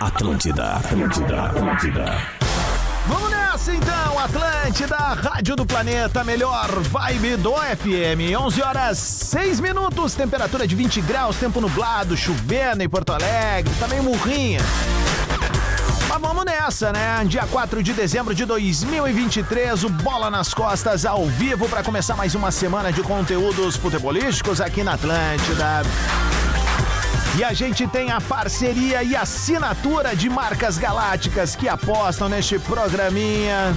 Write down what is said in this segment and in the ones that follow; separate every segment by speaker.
Speaker 1: Atlântida, Atlântida, Atlântida.
Speaker 2: Vamos nessa então, Atlântida, Rádio do Planeta, melhor vibe do FM. 11 horas 6 minutos, temperatura de 20 graus, tempo nublado, chovendo em Porto Alegre, tá meio murrinha. Mas vamos nessa, né? Dia 4 de dezembro de 2023, o Bola nas Costas ao vivo para começar mais uma semana de conteúdos futebolísticos aqui na Atlântida. E a gente tem a parceria e assinatura de marcas galácticas que apostam neste programinha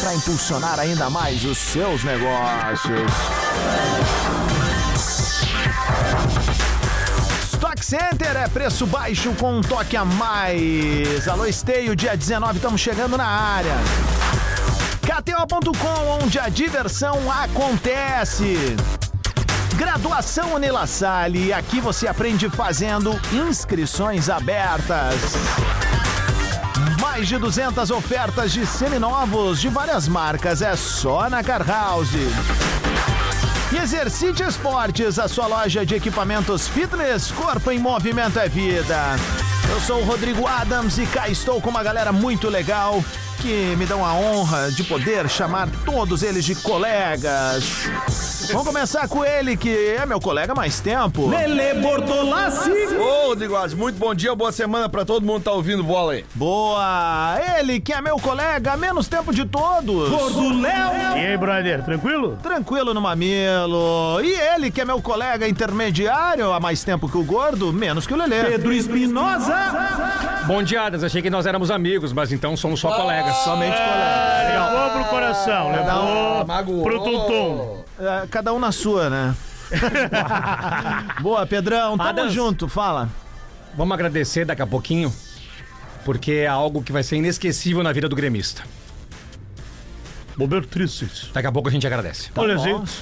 Speaker 2: para impulsionar ainda mais os seus negócios. Stock Center é preço baixo com um toque a mais. Alô, Esteio, dia 19, estamos chegando na área. KTO.com, onde a diversão acontece. Graduação Unila Salle, aqui você aprende fazendo inscrições abertas. Mais de 200 ofertas de seminovos de várias marcas, é só na Car House. E Exercite Esportes, a sua loja de equipamentos fitness, corpo em movimento é vida. Eu sou o Rodrigo Adams e cá estou com uma galera muito legal que me dão a honra de poder chamar todos eles de colegas. Vamos começar com ele, que é meu colega há mais tempo.
Speaker 3: Lele Bortolassi.
Speaker 4: Ô, Rodrigo Alves, muito bom dia, boa semana pra todo mundo que tá ouvindo bola aí.
Speaker 2: Boa! Ele que é meu colega há menos tempo de todos.
Speaker 3: Gordo Léo.
Speaker 5: E aí, brother, tranquilo?
Speaker 2: Tranquilo no mamilo. E ele que é meu colega intermediário há mais tempo que o gordo, menos que o Lelê.
Speaker 3: Pedro Espinosa.
Speaker 6: Bom dia, Adams. Achei que nós éramos amigos, mas então somos só colegas.
Speaker 2: Somente colega.
Speaker 5: Levou pro coração, levou
Speaker 4: Ah, magoou.
Speaker 5: pro tuntum.
Speaker 2: É, Cada um na sua, né? Boa, Pedrão. Tamo
Speaker 6: Adams.
Speaker 2: junto, fala.
Speaker 6: Vamos agradecer daqui a pouquinho, porque é algo que vai ser inesquecível na vida do gremista.
Speaker 5: Momento triste.
Speaker 6: Daqui a pouco a gente agradece.
Speaker 5: Olha,
Speaker 4: Tá
Speaker 2: bom.
Speaker 5: gente.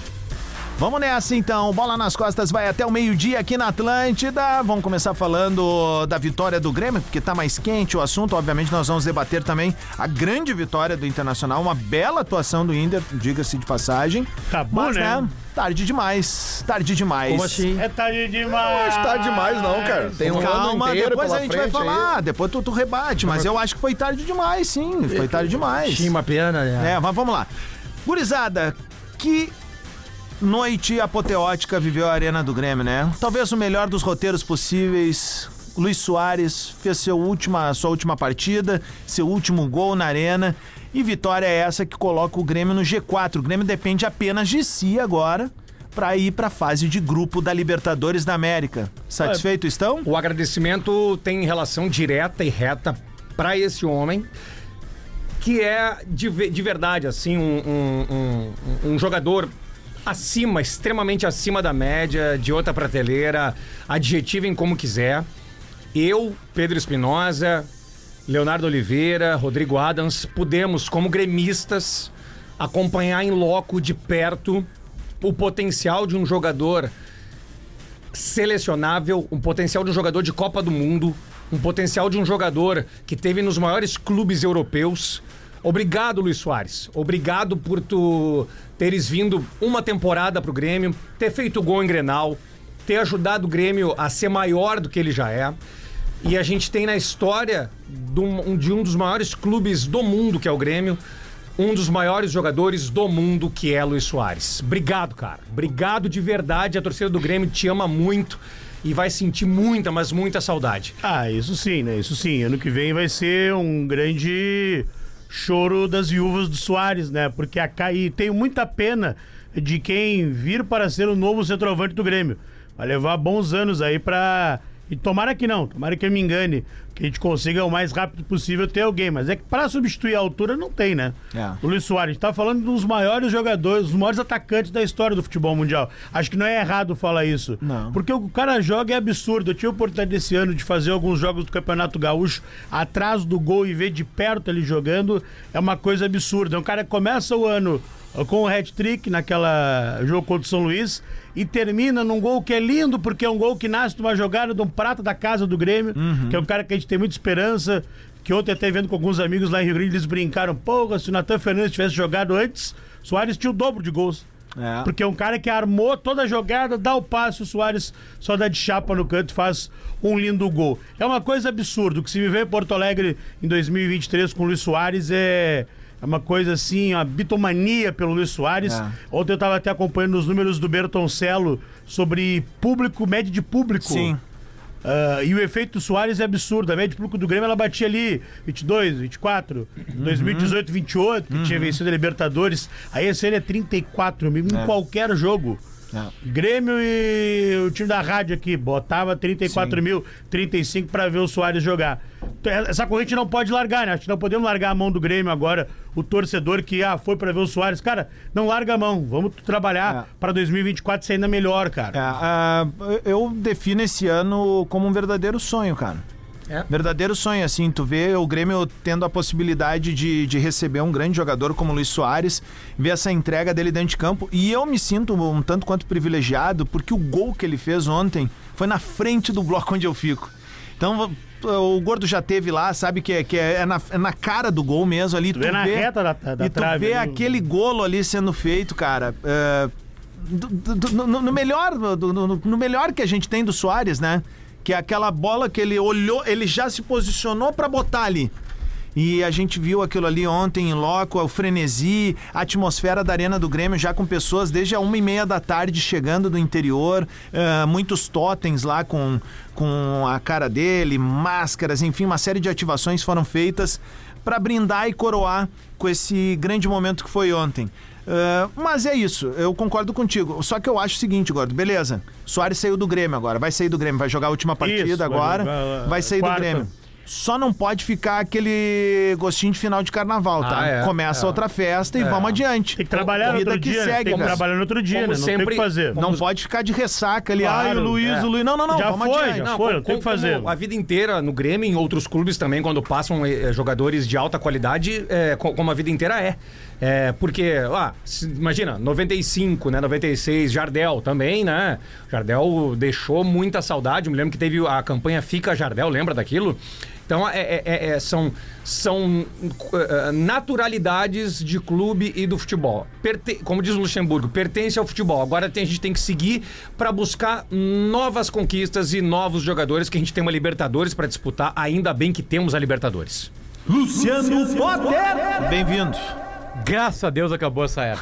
Speaker 2: Vamos nessa então, bola nas costas vai até o meio-dia aqui na Atlântida. Vamos começar falando da vitória do Grêmio, porque tá mais quente o assunto. Obviamente, nós vamos debater também a grande vitória do Internacional, uma bela atuação do Inter, diga-se de passagem.
Speaker 5: Tá bom,
Speaker 2: Mas,
Speaker 5: né?
Speaker 2: né? Tarde demais, tarde demais.
Speaker 6: Como assim?
Speaker 5: É tarde demais.
Speaker 4: Não tá demais não, cara. Tem um ano
Speaker 2: Calma,
Speaker 4: inteiro
Speaker 2: depois
Speaker 4: pela
Speaker 2: a gente vai
Speaker 4: frente é
Speaker 2: falar, depois tu, tu rebate, mas eu acho que foi tarde demais, sim. Foi
Speaker 4: É,
Speaker 2: tarde demais.
Speaker 6: Chima piana, né?
Speaker 2: É, mas vamos lá. Gurizada, que noite apoteótica viveu a Arena do Grêmio, né? Talvez o melhor dos roteiros possíveis. Luiz Soares fez seu última, sua última partida, seu último gol na Arena. E vitória é essa que coloca o Grêmio no G4. O Grêmio depende apenas de si agora para ir para a fase de grupo da Libertadores da América. Satisfeito estão?
Speaker 6: Então, O agradecimento tem relação direta e reta pra esse homem, que é de, ve- de verdade, assim, um, um- um- um jogador acima, extremamente acima da média, de outra prateleira, adjetivem como quiser. Eu, Pedro Espinosa, Leonardo Oliveira, Rodrigo Adams, pudemos, como gremistas, acompanhar em loco de perto o potencial de um jogador selecionável, um potencial de um jogador de Copa do Mundo, um potencial de um jogador que teve nos maiores clubes europeus. Obrigado, Luiz Soares. Obrigado por tu teres vindo uma temporada pro Grêmio, ter feito gol em Grenal, ter ajudado o Grêmio a ser maior do que ele já é. E a gente tem na história de um, de um dos maiores clubes do mundo, que é o Grêmio, um dos maiores jogadores do mundo, que é Luiz Soares. Obrigado, cara. Obrigado de verdade. A torcida do Grêmio te ama muito e vai sentir muita, mas muita saudade.
Speaker 5: Ah, isso sim, né? Isso sim. Ano que vem vai ser um grande choro das viúvas do Soares, né? Porque a Ca- e tenho muita pena de quem vir para ser o novo centroavante do Grêmio. Vai levar bons anos aí pra. E tomara que não, tomara que eu me engane, que a gente consiga o mais rápido possível ter alguém, mas é que pra substituir a altura não tem, né?
Speaker 2: É.
Speaker 5: O Luiz Soares tá falando dos maiores jogadores, dos maiores atacantes da história do futebol mundial. Acho que não é errado falar isso.
Speaker 2: Não.
Speaker 5: Porque o que o cara joga é absurdo. Eu tive a oportunidade esse ano de fazer alguns jogos do Campeonato Gaúcho atrás do gol e ver de perto ele jogando. É uma coisa absurda. É um cara que começa o ano eh, com o hat-trick naquela jogo contra o São Luís e termina num gol que é lindo porque é um gol que nasce de uma jogada de um prato da casa do Grêmio, que é um cara que a gente tem muita esperança, que ontem até vendo com alguns amigos lá em Rio Grande, eles brincaram, porra, se o Natan Fernandes tivesse jogado antes, Soares tinha o dobro de gols.
Speaker 2: É.
Speaker 5: Porque é um cara que armou toda a jogada, dá o passe, o Soares só dá de chapa no canto e faz um lindo gol. É uma coisa absurda. O que se viver em Porto Alegre em 2023 com o Luiz Soares é. É uma coisa assim, uma bitomania pelo Luiz Soares.
Speaker 2: É.
Speaker 5: Ontem eu estava até acompanhando os números do Bertoncello sobre público, média de público.
Speaker 2: Sim.
Speaker 5: Ah, e o efeito Soares é absurdo. A média de público do Grêmio ela batia ali 22, 24,
Speaker 2: Uhum.
Speaker 5: 2018, 28, que tinha vencido a Libertadores. Aí esse ano é 34 mil
Speaker 2: É.
Speaker 5: em qualquer jogo. Grêmio e o time da rádio aqui botava 34 mil, 35 para ver o Soares jogar. Então, é- Essa corrente não pode largar, né? Acho que não podemos largar a mão do Grêmio agora. O torcedor que ah, foi para ver o Soares, cara, não larga a mão. Vamos trabalhar
Speaker 2: É.
Speaker 5: para 2024 ser ainda melhor, cara.
Speaker 2: É, ah, eu defino esse ano como um verdadeiro sonho, cara.
Speaker 6: É.
Speaker 2: Verdadeiro sonho, assim, tu vê o Grêmio tendo a possibilidade de, de receber um grande jogador como o Luiz Soares, ver essa entrega dele dentro de campo. E eu me sinto um tanto quanto privilegiado, porque o gol que ele fez ontem foi na frente do bloco onde eu fico. Então, o Gordo já teve lá, sabe que é, que é, é na, é na cara do gol mesmo ali. Tu,
Speaker 5: vê na reta da- da- da
Speaker 2: e tu
Speaker 5: trave
Speaker 2: vê
Speaker 5: ali, o-
Speaker 2: aquele aquele golo ali sendo feito, cara. é, do- do- do- no, no melhor do- do- no, no melhor que a gente tem do Soares, né? Que é aquela bola que ele olhou, ele já se posicionou pra botar ali. E a gente viu aquilo ali ontem em loco, o frenesi, a atmosfera da Arena do Grêmio, já com pessoas desde a uma e meia da tarde chegando do interior, é, muitos totens lá com, com a cara dele, máscaras, enfim, uma série de ativações foram feitas para brindar e coroar com esse grande momento que foi ontem. Ah, mas é isso, eu concordo contigo. Só que eu acho o seguinte, Gordo, beleza. Soares saiu do Grêmio agora, vai sair do Grêmio, vai jogar a última partida
Speaker 5: Isso, vai
Speaker 2: agora,
Speaker 5: jogar, ah,
Speaker 2: vai sair
Speaker 5: quarta.
Speaker 2: do Grêmio. Só não pode ficar aquele gostinho de final de carnaval, tá?
Speaker 6: Ah, é,
Speaker 2: Começa
Speaker 6: é.
Speaker 2: outra festa e vamos adiante.
Speaker 5: Tem que trabalhar no
Speaker 2: Vida
Speaker 5: outro
Speaker 2: que
Speaker 5: dia, né?
Speaker 2: segue,
Speaker 5: tem que
Speaker 2: cara.
Speaker 5: trabalhar no outro dia,
Speaker 6: Como
Speaker 5: né? Não tem o
Speaker 6: sempre,
Speaker 5: que fazer.
Speaker 2: Não pode ficar de ressaca ali.
Speaker 5: Claro,
Speaker 2: Ai, o Luiz,
Speaker 5: é.
Speaker 2: o Luiz. Não, não, não.
Speaker 5: Já
Speaker 2: vamos
Speaker 5: foi,
Speaker 2: adiante.
Speaker 5: já foi,
Speaker 6: como-
Speaker 5: tem que
Speaker 6: como
Speaker 5: fazer.
Speaker 6: A vida inteira no Grêmio e em outros clubes também, quando passam eh, jogadores de alta qualidade, é, co- como a vida inteira é. É, porque, ah, se- imagina, 95, né, 96, Jardel também, né? Jardel deixou muita saudade. Eu me lembro que teve a campanha Fica Jardel, lembra daquilo? Então, é- é- é- é- são, são eh, eh, naturalidades de clube e do futebol. Perte- como diz o Luxemburgo, pertence ao futebol. Agora tem- a gente tem que seguir para buscar novas conquistas e novos jogadores, que a gente tem uma Libertadores para disputar, ainda bem que temos a Libertadores.
Speaker 3: Luciano Potter.
Speaker 2: Bem-vindo.
Speaker 7: Graças a Deus acabou essa era.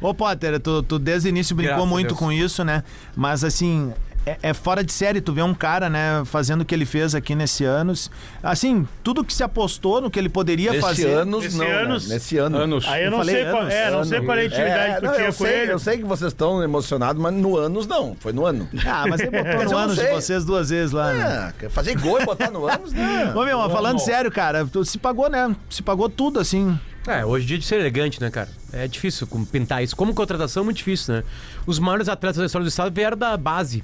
Speaker 2: Ô, Potter, tu, tu desde o início brincou
Speaker 7: Graças a
Speaker 2: muito
Speaker 7: Deus.
Speaker 2: com isso, né? Mas assim. É, é fora de série tu vê um cara, né, fazendo o que ele fez aqui nesse ano. Assim, tudo que se apostou no que ele poderia
Speaker 4: Nesse
Speaker 2: fazer.
Speaker 4: ano,
Speaker 5: Esse
Speaker 4: não.
Speaker 5: anos-
Speaker 4: né? Nesse ano.
Speaker 7: Anos.
Speaker 5: Aí eu
Speaker 2: Eu
Speaker 5: não
Speaker 2: falei
Speaker 5: sei qual
Speaker 2: anos,
Speaker 5: é, não sei qual é a intimidade
Speaker 4: É,
Speaker 5: que tu
Speaker 4: não,
Speaker 5: tinha
Speaker 4: eu,
Speaker 5: com
Speaker 4: sei,
Speaker 5: ele.
Speaker 4: eu sei que vocês estão emocionados, mas no anos não. Foi no ano.
Speaker 2: Ah, mas ele botou
Speaker 4: Mas
Speaker 2: no
Speaker 4: eu
Speaker 2: ano
Speaker 4: não
Speaker 2: de
Speaker 4: sei.
Speaker 2: vocês duas vezes lá, né?
Speaker 4: É, fazer gol e botar no anos, né?
Speaker 2: Ô, meu, mas falando sério, cara, tu se pagou, né? Se pagou tudo, assim.
Speaker 7: É, hoje em dia de ser elegante, né, cara? É difícil com- pintar isso. Como contratação, é muito difícil, né? Os maiores atletas da história do estado vieram da base.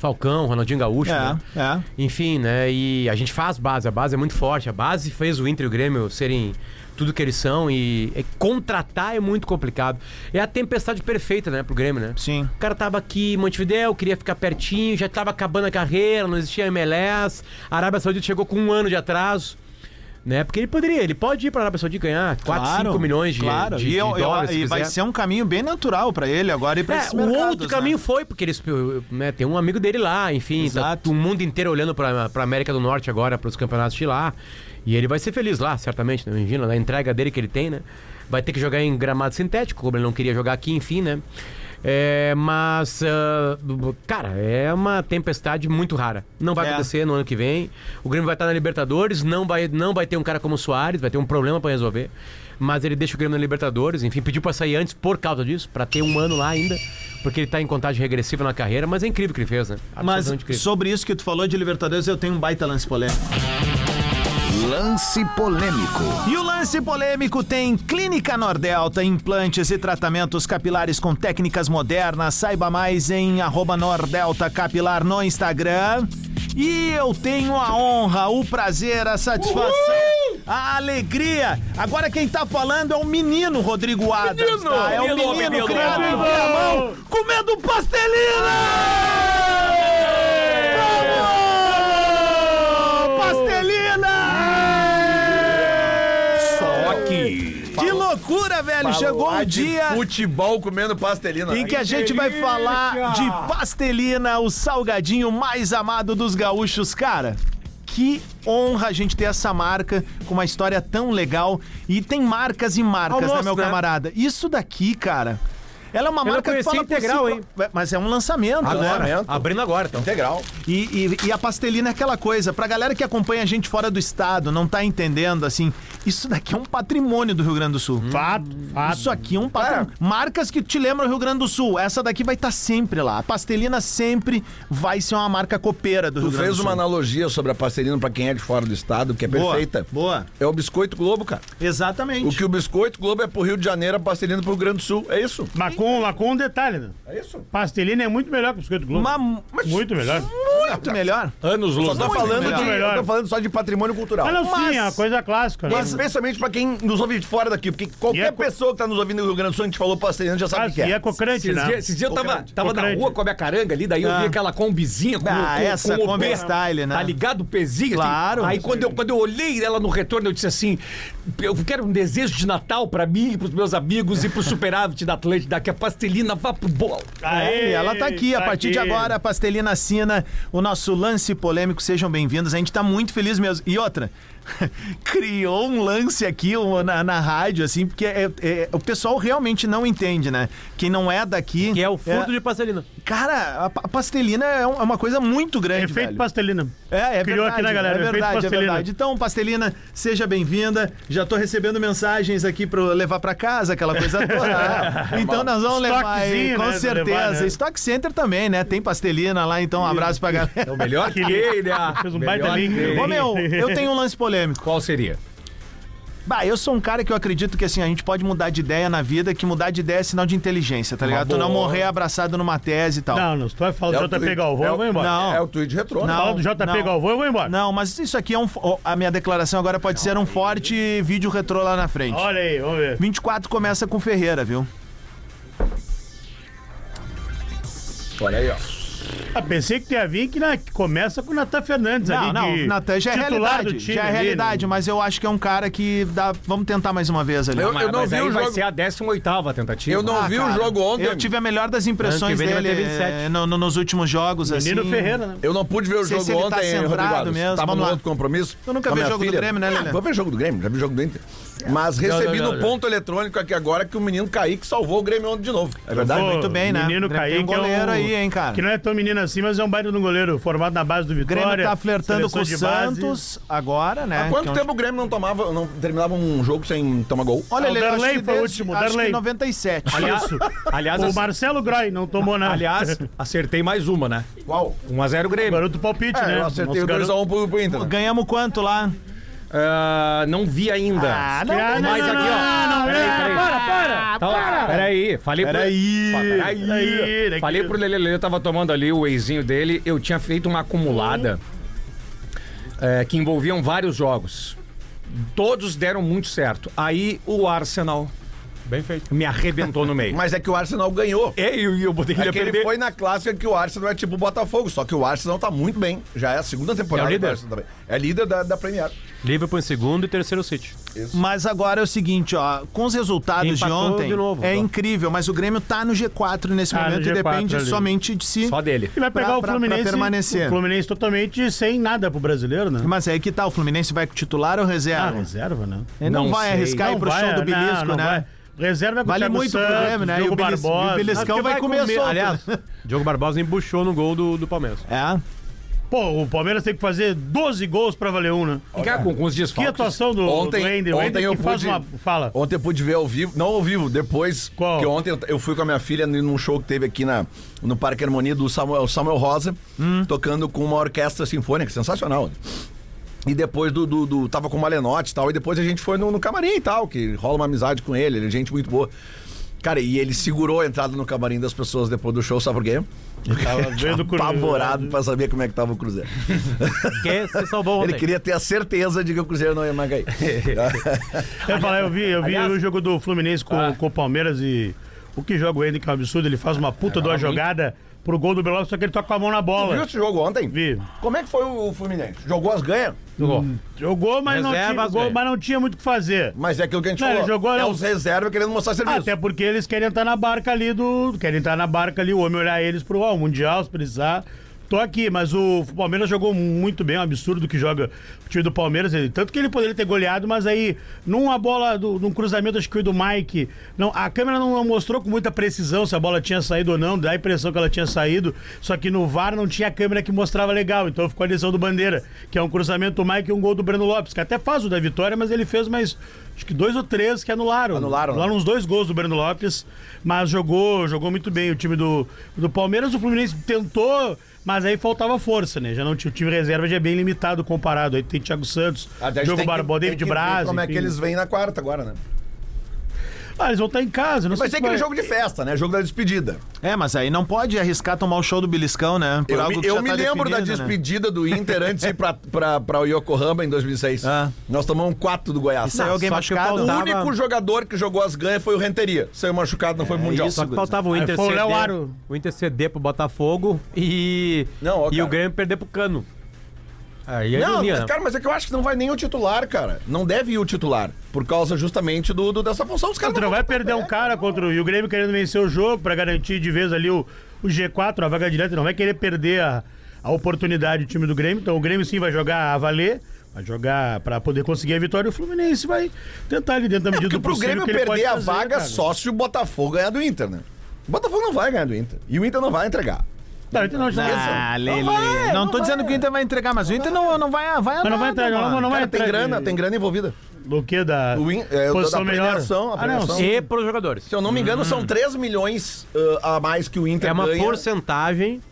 Speaker 7: Falcão, Ronaldinho Gaúcho, né?
Speaker 2: É, é.
Speaker 7: Enfim, né? E a gente faz base, a base é muito forte. A base fez o Inter e o Grêmio serem tudo que eles são e, e contratar é muito complicado. É a tempestade perfeita, né, pro Grêmio, né?
Speaker 2: Sim.
Speaker 7: O cara tava aqui em Montevidéu, queria ficar pertinho, já tava acabando a carreira, não existia MLS. A Arábia Saudita chegou com um ano de atraso. Né? Porque ele poderia, ele pode ir para a Arábia Saudita e ganhar 4, 5 milhões de,
Speaker 2: claro.
Speaker 7: de,
Speaker 2: e
Speaker 7: de
Speaker 2: eu- eu-
Speaker 7: dólares. se
Speaker 2: e vai
Speaker 7: quiser.
Speaker 2: ser um caminho bem natural pra ele agora e pra
Speaker 7: É,
Speaker 6: um
Speaker 2: esses
Speaker 7: o
Speaker 2: mercados,
Speaker 7: outro
Speaker 2: né?
Speaker 7: caminho foi, porque eles, né, tem um amigo dele lá, enfim, tá
Speaker 2: Exato.
Speaker 7: o mundo inteiro olhando pra, pra América do Norte agora, pros campeonatos de lá. E ele vai ser feliz lá, certamente, né? Imagina, na entrega dele que ele tem, né? Vai ter que jogar em gramado sintético, como ele não queria jogar aqui, enfim, né? É, mas, ah, cara, é uma tempestade muito rara. Não vai
Speaker 2: É.
Speaker 7: acontecer no ano que vem. O Grêmio vai estar na Libertadores, não vai, não vai ter um cara como o Soares, vai ter um problema pra resolver. Mas ele deixa o Grêmio na Libertadores, enfim, pediu pra sair antes por causa disso, pra ter um ano lá ainda, porque ele tá em contagem regressiva na carreira, mas é incrível o que ele fez, né?
Speaker 2: Mas
Speaker 7: Absolutamente incrível.
Speaker 2: sobre isso que tu falou de Libertadores, eu tenho um baita lance polêmico.
Speaker 1: Lance polêmico.
Speaker 2: E o lance polêmico tem Clínica Nordelta, implantes e tratamentos capilares com técnicas modernas. Saiba mais em arroba Nordelta Capilar no Instagram. E eu tenho a honra, o prazer, a satisfação, a alegria. Agora quem tá falando é o menino Rodrigo Adams, tá? É o menino, criado em Viamão, comendo pastelina! Vamos! Pastelina!
Speaker 1: Só aqui.
Speaker 2: Que loucura, dia, velho.
Speaker 4: um
Speaker 2: Chegou o dia
Speaker 4: Futebol comendo pastelina.
Speaker 2: em que a gente vai falar de pastelina, o salgadinho mais amado dos gaúchos, cara. Que honra a gente ter essa marca com uma história tão legal. E tem marcas e marcas, né,
Speaker 6: Almoço,
Speaker 2: meu
Speaker 6: né?
Speaker 2: camarada? Isso daqui, cara. Ela é uma
Speaker 7: não
Speaker 2: marca que
Speaker 7: conhecia
Speaker 2: fala por
Speaker 7: integral,
Speaker 2: si-
Speaker 7: hein?
Speaker 2: Mas é um lançamento, né?
Speaker 6: Ah,
Speaker 7: Abrindo agora, então.
Speaker 4: Integral.
Speaker 2: E, e- e a pastelina é aquela coisa, pra galera que acompanha a gente fora do estado, não tá entendendo, assim, isso daqui é um patrimônio do Rio Grande do Sul.
Speaker 5: Fato, fato.
Speaker 2: Isso aqui é um patrimônio. Marcas que te lembram o Rio Grande do Sul. Essa daqui vai estar sempre lá. A pastelina sempre vai ser uma marca copeira do
Speaker 4: Tu
Speaker 2: Rio Grande do
Speaker 4: fez
Speaker 2: Sul.
Speaker 4: uma analogia sobre a pastelina pra quem é de fora do estado, que é
Speaker 2: boa,
Speaker 4: perfeita.
Speaker 2: Boa.
Speaker 4: É o biscoito Globo, cara. O
Speaker 2: Exatamente.
Speaker 4: que o biscoito Globo é pro Rio de Janeiro, a pastelina pro Rio Grande do Sul. É isso?
Speaker 5: Mas com, mas com um detalhe, né?
Speaker 4: É isso.
Speaker 5: Pastelina é muito melhor que o biscoito Globo.
Speaker 2: Mas- mas-
Speaker 5: muito melhor.
Speaker 2: Muito melhor.
Speaker 6: Anos
Speaker 4: Só
Speaker 6: luz.
Speaker 4: tô
Speaker 6: na
Speaker 4: tá falando
Speaker 5: melhor.
Speaker 4: de,
Speaker 5: Melhor.
Speaker 4: eu tô falando só de patrimônio cultural.
Speaker 5: Ah, não,
Speaker 2: mas-
Speaker 5: sim, é uma coisa clássica, né?
Speaker 4: Mas especialmente pra quem nos ouve de fora daqui, porque
Speaker 5: E é
Speaker 4: qualquer
Speaker 5: co-
Speaker 4: pessoa que tá nos ouvindo no Rio Grande do Sul, a gente falou pastelina, já sabe o
Speaker 5: Ah,
Speaker 4: que
Speaker 5: e é
Speaker 4: é.
Speaker 5: cocrante,
Speaker 6: Esses
Speaker 5: né?
Speaker 6: dias, esses dias eu tava, tava na
Speaker 5: Grande.
Speaker 6: rua com a minha caranga ali, daí eu
Speaker 2: Ah.
Speaker 6: vi aquela combizinha com,
Speaker 2: Ah,
Speaker 6: com,
Speaker 2: essa
Speaker 6: com o
Speaker 2: Kombi
Speaker 6: B,
Speaker 2: style, né?
Speaker 6: Tá ligado o pezinho? assim.
Speaker 2: Claro.
Speaker 6: Aí quando eu, quando eu olhei ela no retorno, eu disse assim, eu quero um desejo de Natal pra mim, pros meus amigos e pro superávit da Atlântida, que a pastelina vá pro bolo.
Speaker 2: É, e ela tá aqui. A
Speaker 5: tá
Speaker 2: partir de
Speaker 5: aqui.
Speaker 2: agora, a Pastelina assina o nosso lance polêmico. Sejam bem-vindos. A gente tá muito feliz mesmo. E outra, criou um lance aqui um, na, na rádio, assim, porque é- é- o pessoal realmente não entende, né? Quem não é daqui.
Speaker 7: Que é o furto de pastelina.
Speaker 2: Cara, a pa- a pastelina é, um- é uma coisa muito grande.
Speaker 5: Efeito
Speaker 2: velho.
Speaker 5: pastelina.
Speaker 2: É, é
Speaker 5: Criou
Speaker 2: verdade,
Speaker 5: aqui, né, galera?
Speaker 2: É
Speaker 5: Efeito
Speaker 2: verdade, é
Speaker 5: pastelina.
Speaker 2: verdade. Então, Pastelina, seja bem-vinda. Já tô recebendo mensagens aqui para levar para casa, aquela coisa toda. então, nós vamos levar aí,
Speaker 5: Estoquezinho,
Speaker 2: com
Speaker 5: né, pra
Speaker 2: certeza.
Speaker 5: levar, né?
Speaker 2: Stock Center também, né? Tem Pastelina lá, então um abraço pra galera.
Speaker 6: É o melhor que ele, né?
Speaker 5: Fez um
Speaker 6: Melhor
Speaker 5: baita link.
Speaker 6: que ele.
Speaker 2: Ô, meu, eu tenho um lance polêmico.
Speaker 6: Qual seria?
Speaker 2: Bah, eu sou um cara que eu acredito que, assim, a gente pode mudar de ideia na vida, que mudar de ideia é sinal de inteligência, tá ligado? Tu não morrer abraçado numa tese e tal.
Speaker 5: Não, não, se tu vai falar
Speaker 4: É
Speaker 5: do
Speaker 4: o
Speaker 5: JP
Speaker 4: tweet.
Speaker 5: Galvão,
Speaker 4: É
Speaker 5: eu
Speaker 4: o-
Speaker 5: vou embora.
Speaker 2: Não.
Speaker 6: Ah.
Speaker 4: É o tweet retrô.
Speaker 2: Não.
Speaker 5: Fala do JP
Speaker 2: não.
Speaker 5: Galvão, eu vou embora.
Speaker 2: Não, mas isso aqui é um. fo- A minha declaração agora pode ser um forte vídeo retrô lá na frente.
Speaker 5: Olha aí, vamos ver.
Speaker 2: 24 começa com Ferreira, viu?
Speaker 4: Olha aí, ó.
Speaker 5: Ah, pensei que tu ia vir que, na- que começa com o Natan Fernandes
Speaker 2: Não,
Speaker 5: ali.
Speaker 2: não,
Speaker 5: de,
Speaker 2: o Natan já é
Speaker 5: titular
Speaker 2: realidade.
Speaker 5: do time
Speaker 2: já é
Speaker 5: ali, né?
Speaker 2: realidade, mas eu acho que é um cara que dá. Vamos tentar mais uma vez ali.
Speaker 4: Eu-
Speaker 6: Mas,
Speaker 4: não
Speaker 6: mas
Speaker 4: vi
Speaker 6: aí
Speaker 4: o
Speaker 6: vai
Speaker 4: jogo.
Speaker 6: ser a 18ª tentativa.
Speaker 4: Eu não vi o jogo ontem.
Speaker 2: Eu tive a melhor das
Speaker 7: Ano que
Speaker 2: impressões
Speaker 7: vem ele vai
Speaker 2: dele
Speaker 7: ter 27.
Speaker 2: eh, no- no- nos últimos jogos,
Speaker 5: Menino
Speaker 2: assim.
Speaker 5: Ferreira, né?
Speaker 4: Eu não pude ver o
Speaker 2: Sei
Speaker 4: jogo
Speaker 2: se ele
Speaker 4: ontem,
Speaker 2: tá centrado
Speaker 4: Rodrigo.
Speaker 2: mesmo,
Speaker 4: Tava
Speaker 2: vamos
Speaker 4: num
Speaker 2: lá.
Speaker 4: outro compromisso.
Speaker 2: Tu nunca
Speaker 4: com a
Speaker 2: vê
Speaker 4: minha
Speaker 2: jogo do
Speaker 4: filha.
Speaker 2: Grêmio, né, Lelê?
Speaker 4: Ah, vou ver jogo do Grêmio, já vi jogo do Inter. Mas recebi
Speaker 7: não, não,
Speaker 4: no
Speaker 7: não.
Speaker 4: ponto eletrônico aqui agora que o menino Kaique salvou o Grêmio ontem de novo. É verdade?
Speaker 5: Pô,
Speaker 2: muito bem, né?
Speaker 5: Menino
Speaker 2: Grêmio
Speaker 5: Kaique
Speaker 2: tem um goleiro
Speaker 5: é um-
Speaker 2: aí, hein, cara?
Speaker 5: Que não é tão menino assim, mas é um baita de um goleiro formado na base do
Speaker 2: O Grêmio
Speaker 5: Vitória.
Speaker 2: tá flertando com
Speaker 5: seleção
Speaker 2: o
Speaker 5: de base.
Speaker 2: Santos agora, né?
Speaker 4: Há
Speaker 2: que é
Speaker 4: quanto
Speaker 2: um-
Speaker 4: tempo o Grêmio não tomava, não terminava um jogo sem tomar gol?
Speaker 2: Olha,
Speaker 5: Ah, o
Speaker 2: Lelê, acho
Speaker 5: Darley
Speaker 2: que
Speaker 5: foi o
Speaker 2: desde-
Speaker 5: último,
Speaker 2: acho que
Speaker 5: Darley.
Speaker 2: 97.
Speaker 6: Aliás, aliás,
Speaker 5: O
Speaker 2: assim,
Speaker 6: ac-
Speaker 5: Marcelo Groy não tomou né? nada.
Speaker 6: aliás, acertei mais uma, né?
Speaker 4: Qual?
Speaker 6: 1x0
Speaker 5: O
Speaker 6: Grêmio.
Speaker 5: garoto palpite, né?
Speaker 4: É, eu acertei
Speaker 5: Nosso
Speaker 4: o
Speaker 2: um
Speaker 5: garoto-
Speaker 4: 2x1 pro, pro Inter. né?
Speaker 2: Ganhamos quanto lá?
Speaker 6: Ah, não vi ainda.
Speaker 5: Ah, não,
Speaker 6: Mas
Speaker 5: não,
Speaker 6: aqui,
Speaker 5: não,
Speaker 6: ó.
Speaker 5: não, não,
Speaker 6: Peraí,
Speaker 5: não,
Speaker 6: peraí.
Speaker 5: para, para.
Speaker 6: Tá lá. Peraí, falei pro.
Speaker 5: Peraí.
Speaker 6: Peraí.
Speaker 5: Peraí, né,
Speaker 6: Falei
Speaker 5: que-
Speaker 6: pro Lele, Lele eu tava tomando ali o wheyzinho dele, eu tinha feito uma acumulada é, que envolviam vários jogos. Todos deram muito certo. Aí o Arsenal
Speaker 7: Bem feito.
Speaker 6: me arrebentou no meio.
Speaker 4: Mas é que o Arsenal ganhou.
Speaker 6: É, e eu, eu botei que
Speaker 4: É
Speaker 6: ele ia
Speaker 4: que ele
Speaker 6: perder.
Speaker 4: foi na clássica que o Arsenal é tipo o Botafogo, só que o Arsenal tá muito bem. Já é a segunda temporada
Speaker 7: É o líder?
Speaker 4: do Arsenal também. É líder da, da Premier.
Speaker 7: Liverpool em segundo e terceiro City.
Speaker 2: Mas agora é o seguinte, ó, com os resultados de
Speaker 7: Empatou
Speaker 2: ontem,
Speaker 7: de novo,
Speaker 2: é
Speaker 7: ó.
Speaker 2: incrível, mas o Grêmio tá no G4 nesse
Speaker 5: Tá no
Speaker 2: momento e
Speaker 5: G4
Speaker 2: depende
Speaker 5: ali.
Speaker 2: somente de si.
Speaker 6: Só dele.
Speaker 5: E vai
Speaker 2: Pra-
Speaker 5: pegar o
Speaker 2: pra- pra
Speaker 5: Fluminense.
Speaker 2: permanecer.
Speaker 5: O Fluminense totalmente sem nada pro brasileiro, né?
Speaker 2: Mas aí que tá, o Fluminense vai com titular ou
Speaker 5: Ah,
Speaker 2: reserva?
Speaker 5: reserva, né?
Speaker 2: Ele não,
Speaker 6: não
Speaker 2: vai
Speaker 6: sei.
Speaker 2: arriscar ir pro
Speaker 5: vai,
Speaker 2: show do
Speaker 5: não,
Speaker 2: Belisco,
Speaker 5: não
Speaker 2: né?
Speaker 5: vai. Reserva é com o
Speaker 2: Vale
Speaker 5: Thiago
Speaker 2: muito pro
Speaker 5: Santos,
Speaker 2: Grêmio, né? E o
Speaker 5: Diogo
Speaker 2: Belis- e o
Speaker 5: Barbosa.
Speaker 2: Beliscão
Speaker 5: Acho que
Speaker 2: vai comer solto,
Speaker 7: Aliás, Diogo Barbosa embuchou no gol do, do Palmeiras.
Speaker 2: É.
Speaker 5: Pô, o Palmeiras tem que fazer 12 gols pra valer um, né?
Speaker 6: Cara, com, com os
Speaker 5: Que
Speaker 6: desfalques.
Speaker 5: atuação do,
Speaker 4: Ontem-
Speaker 5: do Ender. O
Speaker 4: ontem
Speaker 5: Ender
Speaker 4: eu
Speaker 5: que faz
Speaker 4: pude-
Speaker 5: uma... Fala.
Speaker 4: Ontem eu pude ver ao vivo, não ao vivo, depois.
Speaker 5: Qual?
Speaker 4: Que ontem eu- eu fui com a minha filha num show que teve aqui na, no Parque Harmonia do Samuel, Samuel Rosa,
Speaker 7: Hum.
Speaker 4: tocando com uma orquestra sinfônica, sensacional. E depois do, do, do- Tava com o Malenote e tal, e depois a gente foi no, no camarim e tal, que rola uma amizade com ele, ele é gente muito boa. Cara, e ele segurou a entrada no camarim das pessoas depois do show, sabe por quê? Porque
Speaker 5: tava
Speaker 4: ele
Speaker 5: vendo o Cruzeiro.
Speaker 4: apavorado pra saber como é que tava o Cruzeiro.
Speaker 7: Que se salvou ontem.
Speaker 4: Ele queria ter a certeza de que o Cruzeiro não ia mais cair.
Speaker 5: Eu, falei, eu vi, eu vi
Speaker 6: aliás-
Speaker 5: o jogo do Fluminense com, com o Palmeiras e o que joga o Ender, que é um absurdo. Ele faz uma puta de uma jogada pro gol do Belo só que ele toca com a mão na
Speaker 4: Tu viu
Speaker 5: bola.
Speaker 4: esse jogo ontem?
Speaker 5: Vi.
Speaker 4: Como é que foi o Fluminense? Jogou as ganhas?
Speaker 7: Jogou.
Speaker 5: Jogou, mas, não
Speaker 7: Reservas
Speaker 5: tinha, jogou
Speaker 7: ganha.
Speaker 5: mas não tinha muito o que fazer.
Speaker 4: Mas é aquilo que a gente
Speaker 5: Não,
Speaker 4: falou.
Speaker 5: ele jogou,
Speaker 4: é
Speaker 5: não.
Speaker 4: os reservas querendo mostrar serviço.
Speaker 5: Até porque eles querem entrar na barca ali do. Querem entrar na barca ali, o homem olhar eles pro ó, o Mundial, se precisar. Tô aqui, mas o Palmeiras jogou muito bem, é um absurdo que joga o time do Palmeiras. ele- Tanto que ele poderia ter goleado, mas aí, numa bola, do, num cruzamento, acho que foi do Mike. Não, a câmera não mostrou com muita precisão se a bola tinha saído ou não, dá a impressão que ela tinha saído. Só que no VAR não tinha câmera que mostrava legal, então ficou a lição do Bandeira, que é um cruzamento do Mike e um gol do Breno Lopes, que até faz o da vitória, mas ele fez mais, acho que dois ou três que anularam.
Speaker 4: Anularam, né?
Speaker 5: Anularam uns dois gols do Breno Lopes, mas jogou, jogou muito bem o time do, do Palmeiras. O Fluminense tentou, mas aí faltava força, né? Já não tinha o time reserva já é bem limitado comparado. Aí tem Thiago Santos,
Speaker 4: Até a gente
Speaker 5: Diogo
Speaker 4: tem que-
Speaker 5: Barbosa,
Speaker 4: tem
Speaker 5: David
Speaker 4: que ver
Speaker 5: Braz.
Speaker 4: Como é que
Speaker 5: enfim.
Speaker 4: eles vêm na quarta agora, né?
Speaker 5: Ah, eles vão estar em casa, não sei
Speaker 4: Vai
Speaker 5: se
Speaker 4: ser aquele
Speaker 5: vai-
Speaker 4: jogo de festa, né? Jogo da despedida.
Speaker 2: É, mas aí não pode arriscar tomar o show do beliscão, né? Por
Speaker 4: eu
Speaker 2: algo
Speaker 4: me,
Speaker 2: que
Speaker 4: eu
Speaker 2: já
Speaker 4: me
Speaker 2: tá
Speaker 4: lembro da
Speaker 2: definido, né?
Speaker 4: despedida do Inter antes de ir pra, pra, pra Yokohama em 2006.
Speaker 2: Ah.
Speaker 4: Nós tomamos um quatro do Goiás.
Speaker 2: Saiu alguém
Speaker 7: só que
Speaker 2: machucado?
Speaker 4: é o
Speaker 7: faltava-
Speaker 4: único jogador que jogou as ganhas foi o Renteria. Saiu machucado, não
Speaker 2: É
Speaker 4: foi É, pro mundial.
Speaker 7: Só que faltava o
Speaker 5: Aí
Speaker 7: Inter
Speaker 5: foi o
Speaker 7: ceder,
Speaker 5: Léo Aro.
Speaker 7: o Inter ceder pro Botafogo e,
Speaker 4: Não, ó,
Speaker 7: e
Speaker 4: cara.
Speaker 7: o Grêmio perder pro Cano. Aí é
Speaker 4: Não,
Speaker 7: ironia,
Speaker 4: mas,
Speaker 7: né?
Speaker 4: cara, mas é que eu acho que não vai nem o titular, cara. Não deve ir o titular. Por causa justamente do, do- dessa função. Os caras
Speaker 5: Tu não vai perder um cara contra o. E o Grêmio querendo vencer o jogo pra garantir de vez ali o, o G4, a vaga direta, não vai querer perder a, a oportunidade do time do Grêmio. Então o Grêmio sim vai jogar a valer, vai jogar pra poder conseguir a vitória. E o Fluminense vai tentar ali dentro da medida
Speaker 4: Porque
Speaker 5: do
Speaker 4: É pro
Speaker 5: possível.
Speaker 4: Grêmio
Speaker 5: que ele pode
Speaker 4: perder a
Speaker 5: fazer,
Speaker 4: vaga
Speaker 5: cara.
Speaker 4: só se o Botafogo ganhar do Inter, né? O Botafogo não vai ganhar do Inter. E o Inter não vai entregar.
Speaker 5: Não, então não,
Speaker 2: Ah, Lele. Não,
Speaker 4: vai, não
Speaker 2: tô dizendo que o Inter vai entregar, mas o Inter não, não vai. Vai
Speaker 5: Mas
Speaker 4: Ah,
Speaker 5: não vai
Speaker 2: nada,
Speaker 5: entrar, não,
Speaker 2: mano.
Speaker 5: não, não vai
Speaker 4: Cara, tem
Speaker 5: entrar.
Speaker 4: grana, tem grana envolvida.
Speaker 5: Do que? Da
Speaker 4: O in- é, o
Speaker 5: posição
Speaker 4: da
Speaker 5: melhor?
Speaker 4: premiação, a
Speaker 5: ah, não,
Speaker 4: premiação.
Speaker 5: sim.
Speaker 7: E pros jogadores.
Speaker 4: Se eu não me engano,
Speaker 5: Hum.
Speaker 4: são 3 milhões ah, a mais que o Inter
Speaker 7: É uma
Speaker 4: ganha.
Speaker 7: porcentagem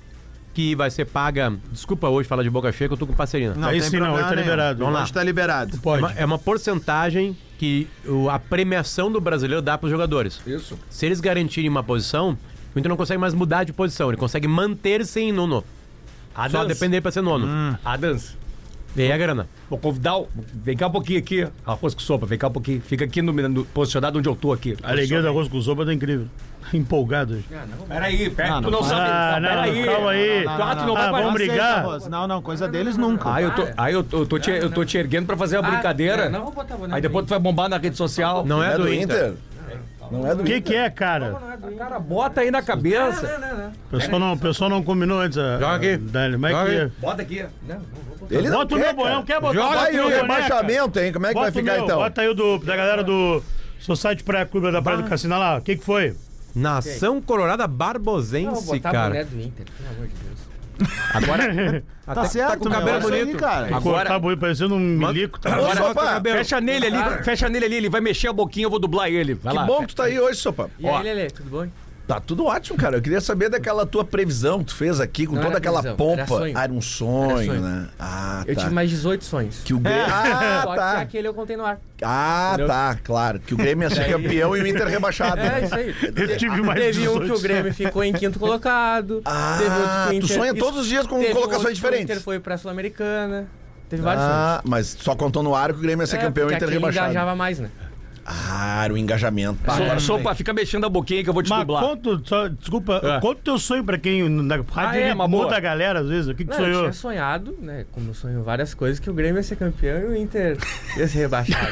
Speaker 7: que vai ser paga. Desculpa hoje falar de boca cheia, que eu tô com parcerina.
Speaker 2: Não,
Speaker 5: Aí
Speaker 2: tem
Speaker 5: sim, não,
Speaker 2: problema
Speaker 5: hoje tá
Speaker 2: nenhum.
Speaker 5: liberado.
Speaker 7: Vamos lá.
Speaker 2: Hoje tá liberado.
Speaker 7: É
Speaker 5: Pode.
Speaker 7: uma, é uma porcentagem que o- a premiação do brasileiro dá pros jogadores.
Speaker 4: Isso.
Speaker 7: Se eles garantirem uma posição, o Inter não consegue mais mudar de posição, ele consegue manter-se em nono.
Speaker 6: A
Speaker 7: Só
Speaker 6: dança.
Speaker 7: depender pra ser nono.
Speaker 6: A Ah, dança.
Speaker 7: E aí a grana.
Speaker 6: Vou convidar o... Vem cá um pouquinho aqui. Arroz com sopa, vem cá um pouquinho. Fica aqui no, no- posicionado onde eu tô aqui.
Speaker 5: A alegria do arroz com sopa tá incrível. Empolgado hoje.
Speaker 6: Peraí, peraí.
Speaker 2: Ah,
Speaker 6: tu
Speaker 2: não
Speaker 6: não
Speaker 2: faz.
Speaker 6: sabe.
Speaker 5: Ah, não,
Speaker 6: peraí.
Speaker 5: calma aí.
Speaker 6: Tu acha que não
Speaker 5: Ah, vamos
Speaker 6: vai parar?
Speaker 5: brigar?
Speaker 2: Não, não, coisa deles nunca. Tá
Speaker 6: Aí eu tô, aí eu tô, eu tô te,
Speaker 5: Ah,
Speaker 6: eu tô te erguendo pra fazer a brincadeira.
Speaker 8: não, não vou botar boné
Speaker 6: Aí depois tu vai bombar na rede social.
Speaker 7: Não é,
Speaker 4: É
Speaker 7: do,
Speaker 4: do
Speaker 7: Inter.
Speaker 4: Inter? Não é do
Speaker 5: O que, que é, cara?
Speaker 6: Cara, bota aí na cabeça.
Speaker 5: O pessoal não, o pessoal não combinou antes. a-
Speaker 7: Joga aqui.
Speaker 5: a- Dani, mas
Speaker 7: Joga
Speaker 5: que- é?
Speaker 7: aí.
Speaker 6: Bota aqui.
Speaker 4: Ele não
Speaker 5: Bota o meu boné, não quer botar
Speaker 4: Joga
Speaker 5: bota
Speaker 4: aí o
Speaker 5: meu boné,
Speaker 4: rebaixamento, hein? Como é
Speaker 5: cara.
Speaker 4: que vai
Speaker 5: Bota o
Speaker 4: ficar
Speaker 5: meu,
Speaker 4: então?
Speaker 5: Bota aí o do, da galera do Society Praia Clube da
Speaker 8: Ah.
Speaker 5: Praia do Cassino lá. O que, que foi?
Speaker 7: Nação Colorada
Speaker 8: Vou
Speaker 7: Barbosense,
Speaker 8: botar a boné
Speaker 7: cara.
Speaker 8: do Inter, pelo amor de Deus.
Speaker 7: Até que Tá com o
Speaker 2: meu,
Speaker 7: cabelo
Speaker 2: é isso
Speaker 7: bonito.
Speaker 2: aí, cara.
Speaker 5: Agora... Tá boi, parecendo um milico. Tá
Speaker 4: Ô,
Speaker 5: agora...
Speaker 4: Sopa,
Speaker 6: Fecha nele ali, fecha nele ali, ele vai mexer a boquinha, eu vou dublar ele. Vai
Speaker 4: que
Speaker 6: lá.
Speaker 4: bom que tu tá aí hoje, Sopa.
Speaker 8: E aí, Lelê, tudo bom?
Speaker 4: Tá tudo ótimo, cara. Eu queria saber daquela tua previsão que tu fez aqui, com
Speaker 8: Não
Speaker 4: toda
Speaker 8: era
Speaker 4: aquela
Speaker 8: previsão, era
Speaker 4: pompa.
Speaker 8: sonho.
Speaker 4: Ah, Era um sonho,
Speaker 8: Era sonho.
Speaker 4: né? Ah,
Speaker 8: Eu
Speaker 4: tá.
Speaker 8: tive mais 18 sonhos.
Speaker 4: Que o Grêmio...
Speaker 8: Só
Speaker 4: Ah,
Speaker 8: que
Speaker 4: tá.
Speaker 8: aquele eu contei no ar.
Speaker 4: Ah, tá, claro. Que o Grêmio ia ser campeão e o Inter rebaixado. né?
Speaker 8: É, isso aí.
Speaker 5: Eu tive mais
Speaker 8: Teve um que
Speaker 5: 18.
Speaker 8: o Grêmio ficou em quinto colocado.
Speaker 4: Ah,
Speaker 8: teve outro que o
Speaker 4: tu sonha todos os dias com
Speaker 8: teve
Speaker 4: colocações
Speaker 8: outro que
Speaker 4: diferentes.
Speaker 8: O Inter foi pra Sul-Americana. Teve vários sonhos. É,
Speaker 4: Ah, mas só contou no ar que o Grêmio ia ser campeão e o
Speaker 8: porque
Speaker 4: Inter
Speaker 8: aquele
Speaker 4: rebaixado.
Speaker 8: engajava mais, né?
Speaker 4: Ah, era o engajamento. Pá, agora-
Speaker 6: Sopa, sopa, fica mexendo a boquinha que eu vou te
Speaker 5: Mas
Speaker 6: dublar.
Speaker 5: conta, só, desculpa,
Speaker 6: É.
Speaker 5: conta o teu sonho pra quem na rádio
Speaker 6: Ah, é,
Speaker 5: ele
Speaker 6: uma
Speaker 5: muda
Speaker 6: boa.
Speaker 5: a galera às vezes. O que, que
Speaker 8: Não,
Speaker 5: tu
Speaker 8: eu
Speaker 5: sonhou?
Speaker 8: tinha sonhado, né? Como eu sonho várias coisas, que o Grêmio ia ser campeão e o Inter ia ser rebaixado.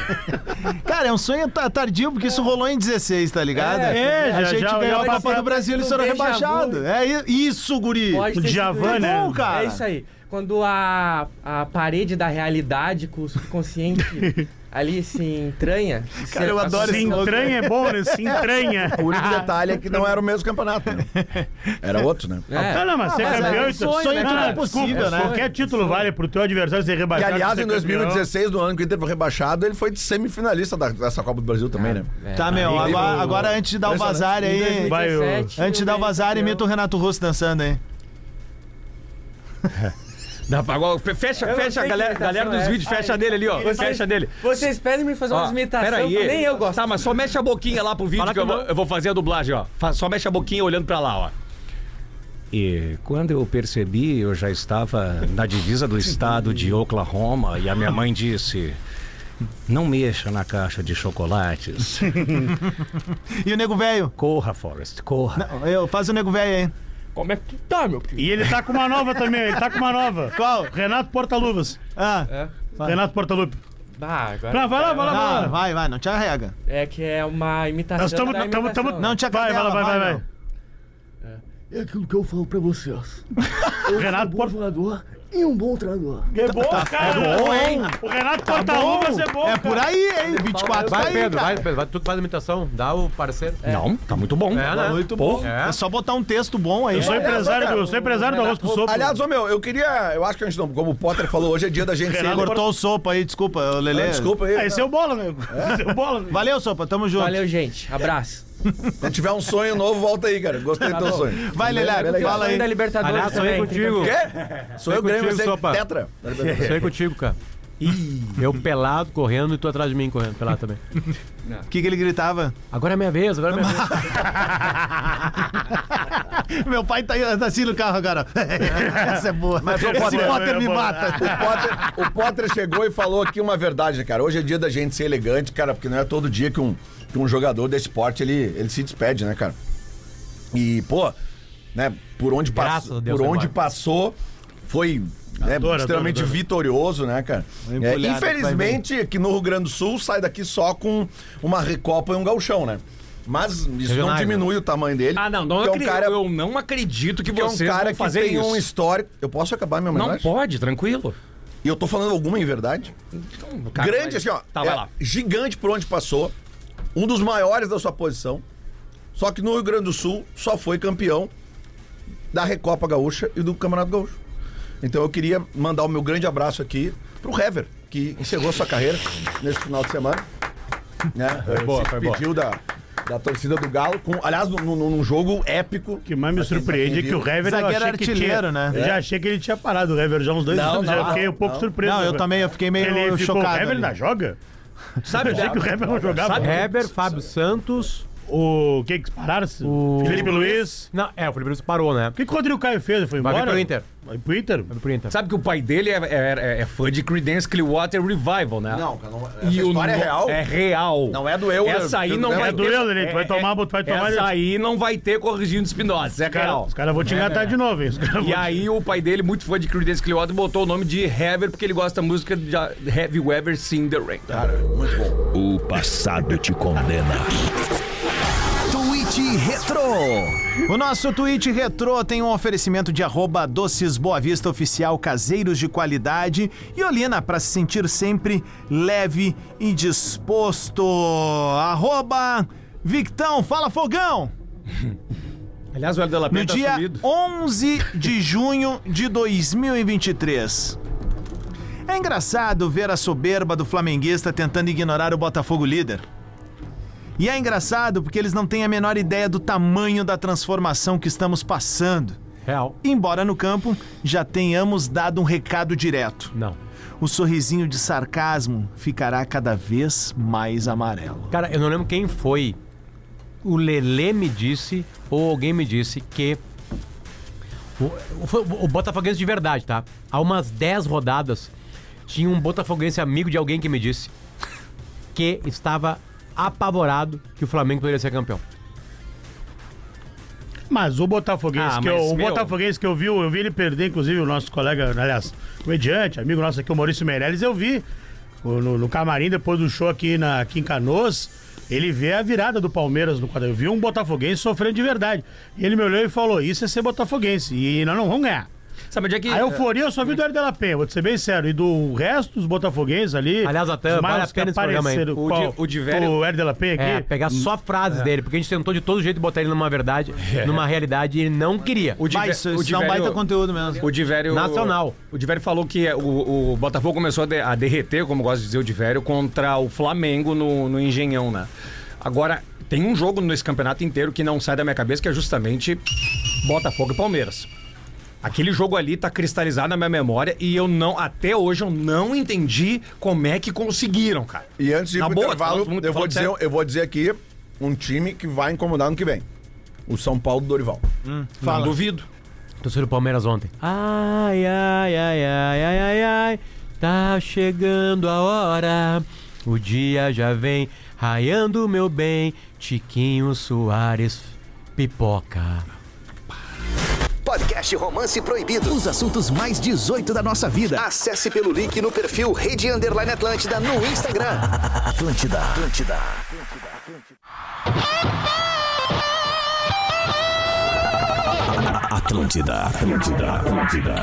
Speaker 2: Cara, é um sonho ta- tardio, porque isso rolou em 16, tá ligado?
Speaker 8: É,
Speaker 5: é,
Speaker 2: A
Speaker 5: já-
Speaker 2: gente
Speaker 5: já-
Speaker 2: ganhou
Speaker 5: já-
Speaker 2: a Copa do Brasil, eles foram
Speaker 8: Déjà vu.
Speaker 2: rebaixados. É i- isso, guri.
Speaker 8: Pode
Speaker 5: O
Speaker 8: ter sido
Speaker 5: Djavan,
Speaker 8: isso.
Speaker 5: né?
Speaker 2: Bom, cara.
Speaker 8: É isso aí. Quando a, a parede da realidade com o subconsciente ali se entranha. e se-
Speaker 2: Cara, eu adoro
Speaker 5: Se
Speaker 2: esse louco.
Speaker 5: entranha é bom, né? Se entranha.
Speaker 4: O único detalhe é que não era o mesmo campeonato. né? Era outro, né?
Speaker 2: Ah,
Speaker 8: É.
Speaker 5: Não, não, mas ser
Speaker 8: mas
Speaker 5: campeão,
Speaker 8: é um
Speaker 5: então,
Speaker 8: sonho, né,
Speaker 5: não, não,
Speaker 8: cara?
Speaker 5: é possível,
Speaker 2: É
Speaker 5: né?
Speaker 2: sonho,
Speaker 5: Qualquer título vale pro teu adversário ser
Speaker 4: Que,
Speaker 5: rebaixado.
Speaker 4: aliás,
Speaker 5: ser
Speaker 4: em
Speaker 5: campeão.
Speaker 4: 2016, no ano que o Inter foi rebaixado, ele foi de semifinalista da- dessa Copa do Brasil também, né?
Speaker 8: É.
Speaker 2: Tá, meu,
Speaker 4: Aí,
Speaker 2: agora,
Speaker 4: meu,
Speaker 2: agora antes de dar o
Speaker 4: impressionante.
Speaker 2: vazar
Speaker 8: Em
Speaker 2: aí.
Speaker 8: 2017,
Speaker 5: Vai, eu-
Speaker 2: Antes de dar o vazar,
Speaker 8: Grêmio
Speaker 2: imita o Renato Russo dançando aí.
Speaker 6: Dá pra- agora, fe- Fecha,
Speaker 8: Eu não
Speaker 6: fecha a
Speaker 8: sei
Speaker 6: galera,
Speaker 8: que imitação
Speaker 6: galera dos
Speaker 8: é.
Speaker 6: vídeos, fecha nele ali, ó. Fecha nele.
Speaker 8: campeão. Vocês pedem me fazer
Speaker 6: Ó,
Speaker 8: umas imitações
Speaker 6: peraí.
Speaker 8: que nem eu gosto.
Speaker 6: Tá, mas só mexe a boquinha lá pro vídeo
Speaker 7: Fala
Speaker 6: que eu
Speaker 7: que
Speaker 6: vou,
Speaker 7: não.
Speaker 6: eu vou fazer a dublagem, ó. Fa- Só mexe a boquinha olhando pra lá, ó. E quando eu percebi, eu já estava na divisa do estado de Oklahoma e a minha mãe disse: Não mexa na caixa de chocolates.
Speaker 2: E o nego velho?
Speaker 6: Corra, Forrest, corra.
Speaker 2: Eu, faz o nego velho aí.
Speaker 8: Como é que tu tá, meu filho?
Speaker 5: E ele tá com uma nova também, ele tá com uma nova. Qual? Renato Portaluvas.
Speaker 2: Ah,
Speaker 8: É?
Speaker 5: Renato Portalupe.
Speaker 8: Bah, agora.
Speaker 5: Não, vai lá, vai lá, vai
Speaker 4: Ah,
Speaker 2: tá,
Speaker 5: lá.
Speaker 2: vai, vai, não te arrega.
Speaker 8: É que é uma imitação.
Speaker 5: Nós estamos-
Speaker 8: da
Speaker 5: nós estamos-
Speaker 8: imitação.
Speaker 5: estamos-
Speaker 2: Não te
Speaker 5: Vai,
Speaker 2: acadela,
Speaker 5: vai lá, vai, vai,
Speaker 2: não.
Speaker 5: vai.
Speaker 9: É aquilo que eu falo pra vocês.
Speaker 5: Renato
Speaker 9: Um bom
Speaker 5: Porta.
Speaker 9: jogador e um bom treinador.
Speaker 5: É bom, cara.
Speaker 2: É bom, hein?
Speaker 5: Tá O Renato Portaluvas é bom.
Speaker 2: É
Speaker 5: cara.
Speaker 2: por aí, hein? 24
Speaker 7: Vai,
Speaker 2: tá aí,
Speaker 7: Pedro,
Speaker 2: cara.
Speaker 7: vai, Pedro, vai, tu que faz a imitação, dá o parceiro.
Speaker 6: Não, tá muito bom.
Speaker 7: É, né?
Speaker 2: Muito bom.
Speaker 7: É.
Speaker 2: É só botar um texto bom aí.
Speaker 5: Eu sou empresário,
Speaker 4: cara.
Speaker 5: do, eu sou empresário do arroz com sopa.
Speaker 4: Aliás, ô meu, eu queria. Eu acho que a gente não. Como o Potter falou, hoje é dia da gente
Speaker 2: Ele
Speaker 4: ser.
Speaker 2: cortou o sopa aí, desculpa, ô, Lelê.
Speaker 4: Ah, desculpa aí.
Speaker 5: Ah, esse é o bola, meu. Esse é o bola. meu.
Speaker 2: Valeu, sopa, tamo junto.
Speaker 8: Valeu, gente. Abraço.
Speaker 4: Se tiver um sonho novo, volta aí, cara. Gostei do teu sonho.
Speaker 2: Vai, Lelê,
Speaker 4: Bem legal.
Speaker 2: fala aí.
Speaker 8: da Libertadores
Speaker 7: Aliás, sonhei
Speaker 8: também,
Speaker 7: contigo.
Speaker 8: tem
Speaker 4: Quê? Sou eu,
Speaker 7: É
Speaker 4: Grêmio,
Speaker 7: contigo,
Speaker 4: você
Speaker 7: Sopa.
Speaker 4: tetra.
Speaker 6: É.
Speaker 7: Isso aí é contigo, cara. Eu pelado, correndo, e tu atrás de mim correndo, pelado também.
Speaker 2: O que, que ele gritava?
Speaker 7: Agora é minha vez, agora é minha vez.
Speaker 2: Meu pai tá, tá assim no carro agora. Essa é boa. Mas
Speaker 4: ô,
Speaker 2: Esse
Speaker 4: Potter,
Speaker 2: Potter,
Speaker 5: é
Speaker 2: me
Speaker 5: boa.
Speaker 2: mata.
Speaker 4: O Potter, o Potter chegou e falou aqui uma verdade, né, cara. Hoje é dia da gente ser elegante, cara, porque não é todo dia que um, que um jogador desse esporte ele, ele se despede, né, cara? E, pô, né, por onde, pass...
Speaker 7: Graças a Deus,
Speaker 4: por
Speaker 7: né,
Speaker 4: onde
Speaker 7: Marco?
Speaker 4: passou, foi né,
Speaker 5: Adoro,
Speaker 4: extremamente
Speaker 5: adoro, adoro.
Speaker 4: vitorioso, né, cara?
Speaker 2: Uma
Speaker 4: É,
Speaker 2: empolhada que vai
Speaker 4: infelizmente, aqui no Rio Grande do Sul sai daqui só com uma Recopa e um gauchão, né? Mas isso não
Speaker 7: Regionais,
Speaker 4: diminui o tamanho dele.
Speaker 6: Ah, não, não
Speaker 4: porque é um
Speaker 6: acre-
Speaker 4: cara,
Speaker 6: eu não acredito que
Speaker 4: que é um
Speaker 6: vocês
Speaker 4: cara
Speaker 6: vão
Speaker 4: que
Speaker 6: fazer
Speaker 4: tem
Speaker 6: isso.
Speaker 4: um histórico. Eu posso acabar minha
Speaker 6: Não
Speaker 4: homenagem?
Speaker 6: pode, tranquilo.
Speaker 4: E eu tô falando alguma em verdade?
Speaker 6: Então,
Speaker 4: Grande assim, ó.
Speaker 6: Tá,
Speaker 4: é,
Speaker 6: vai lá.
Speaker 4: Gigante por onde passou. Um dos maiores da sua posição. Só que no Rio Grande do Sul só foi campeão da Recopa Gaúcha e do Campeonato Gaúcho. Então eu queria mandar o meu grande abraço aqui pro Hever, que encerrou sua carreira nesse final de semana. Né?
Speaker 6: boa,
Speaker 4: se
Speaker 6: foi
Speaker 4: despediu da, da torcida do Galo. Com, aliás, num, num- num jogo épico.
Speaker 5: O que mais me
Speaker 4: Pra quem- tá pra
Speaker 5: surpreende é
Speaker 4: quem
Speaker 5: que o
Speaker 4: viu.
Speaker 5: Hever eu
Speaker 2: Zagueiro
Speaker 5: achei que
Speaker 2: artilheiro,
Speaker 5: tinha,
Speaker 2: né?
Speaker 5: Eu já achei que ele tinha parado o Hever já há uns dois
Speaker 4: Não,
Speaker 5: anos,
Speaker 4: não,
Speaker 5: já fiquei um pouco surpreso.
Speaker 2: Não, eu também, eu fiquei meio
Speaker 5: Ele ficou, o
Speaker 2: chocado.
Speaker 5: Hever
Speaker 2: ali.
Speaker 5: ainda joga?
Speaker 6: Sabe,
Speaker 5: Eu achei que o Hever não jogava.
Speaker 6: Sabe-
Speaker 7: Heber, Fábio Santos.
Speaker 5: O que que pararam?
Speaker 7: O-
Speaker 5: Felipe Luiz.
Speaker 7: Não, é, o Felipe Luiz parou, né? É
Speaker 5: O que, que o Rodrigo Caio fez? Ele Foi
Speaker 7: Vai
Speaker 5: embora?
Speaker 7: vir pro Inter.
Speaker 5: Vai pro Inter?
Speaker 7: Vai pro Inter.
Speaker 6: Sabe que o pai dele é, é- é- é fã de Creedence Clearwater Revival, né?
Speaker 4: Não, cara, não, essa
Speaker 6: E o
Speaker 4: história é
Speaker 6: no-
Speaker 4: real.
Speaker 6: É real.
Speaker 4: Não é do eu,
Speaker 6: Essa aí
Speaker 4: eu-
Speaker 6: não
Speaker 4: eu-
Speaker 6: vai
Speaker 4: é
Speaker 5: do
Speaker 6: ter.
Speaker 5: eu, Lelê, tu vai
Speaker 6: é-
Speaker 5: tomar-
Speaker 6: é-
Speaker 5: tu vai tomar-
Speaker 6: Essa aí não vai ter corrigindo Espinosa. É
Speaker 5: Cara,
Speaker 6: real.
Speaker 5: os caras vão te engatar de novo, hein? Os caras
Speaker 6: né? E
Speaker 5: vão-
Speaker 6: aí o pai dele, muito fã de Creedence Clearwater, botou o nome de Hever porque ele gosta da música de Have You Ever Seen The Rain.
Speaker 4: Cara, muito bom.
Speaker 1: O passado te condena.
Speaker 2: Tweet Retro. O nosso tweet retrô tem um oferecimento de arroba doces Boa Vista Oficial Caseiros de Qualidade e Olina para se sentir sempre leve e disposto. Arroba Victão, fala fogão!
Speaker 6: Aliás, o Hélio Della
Speaker 2: No
Speaker 6: Penha tá
Speaker 2: dia
Speaker 6: sumido.
Speaker 2: 11 de junho de 2023. É engraçado ver a soberba do flamenguista tentando ignorar o Botafogo líder. E é engraçado porque eles não têm a menor ideia do tamanho da transformação que estamos passando.
Speaker 7: Real.
Speaker 2: Embora no campo já tenhamos dado um recado direto.
Speaker 7: Não.
Speaker 2: O sorrisinho de sarcasmo ficará cada vez mais amarelo.
Speaker 7: Cara, eu não lembro quem foi. O Lelê me disse, ou alguém me disse, que. O, o- foi o Botafoguense de verdade, tá? Há umas 10 rodadas, tinha um Botafoguense amigo de alguém que me disse que estava apavorado que o Flamengo poderia ser campeão.
Speaker 5: Mas o Botafoguense,
Speaker 6: Ah,
Speaker 5: que,
Speaker 6: mas,
Speaker 5: eu, o
Speaker 6: meu-
Speaker 5: Botafoguense que eu vi, eu vi ele perder, inclusive, o nosso colega, aliás, comediante, amigo nosso aqui, o Maurício Meirelles, eu vi o- no, no camarim, depois do show aqui, na, aqui em Canoas, ele vê a virada do Palmeiras no quadro. Eu vi um Botafoguense sofrendo de verdade. E ele me olhou e falou: Isso é ser Botafoguense, e nós não vamos ganhar.
Speaker 6: Sabe onde é que.
Speaker 5: A euforia eu só vi do Hélio de la Penha, vou te ser bem sério. E do resto dos botafoguenses ali.
Speaker 7: Aliás, até
Speaker 5: os mais
Speaker 7: vale a pena
Speaker 5: que
Speaker 7: esse programa aí.
Speaker 5: apareceram,
Speaker 6: O
Speaker 5: qual?
Speaker 6: de- o de velho-
Speaker 5: O Hélio de la Penha aqui.
Speaker 7: É, pegar só frases dele, porque a gente tentou de todo jeito botar ele numa verdade, numa realidade, e ele não queria.
Speaker 6: É. O de,
Speaker 2: Mas isso,
Speaker 6: o
Speaker 2: isso
Speaker 6: de
Speaker 2: dá um
Speaker 6: velho-
Speaker 2: baita conteúdo mesmo.
Speaker 6: O Divério.
Speaker 7: Nacional.
Speaker 6: O Divério falou que o, o Botafogo começou a, de- a derreter, como gosta de dizer o Divério, contra o Flamengo no, no Engenhão, né? Agora, tem um jogo nesse campeonato inteiro que não sai da minha cabeça, que é justamente Botafogo e Palmeiras. Aquele jogo ali tá cristalizado na minha memória e eu não, até hoje, eu não entendi como é que conseguiram, cara.
Speaker 4: E antes de ir
Speaker 6: Na
Speaker 4: pro
Speaker 6: boa,
Speaker 4: intervalo,
Speaker 6: falando muito-
Speaker 4: eu, vou
Speaker 6: falando
Speaker 4: dizer,
Speaker 6: sério.
Speaker 4: eu vou dizer aqui um time que vai incomodar no que vem. O São Paulo do Dorival.
Speaker 6: Não duvido.
Speaker 7: Torcida do Palmeiras ontem. Ai, ai, ai, ai, ai, ai, ai. Tá chegando a hora. O dia já vem raiando, meu bem. Tiquinho Soares pipoca.
Speaker 10: podcast Romance Proibido. Os assuntos mais 18 da nossa vida. Acesse pelo link no perfil Rede Underline Atlântida no Instagram. Atlântida. Atlântida.
Speaker 1: Atlântida, Atlântida, Atlântida.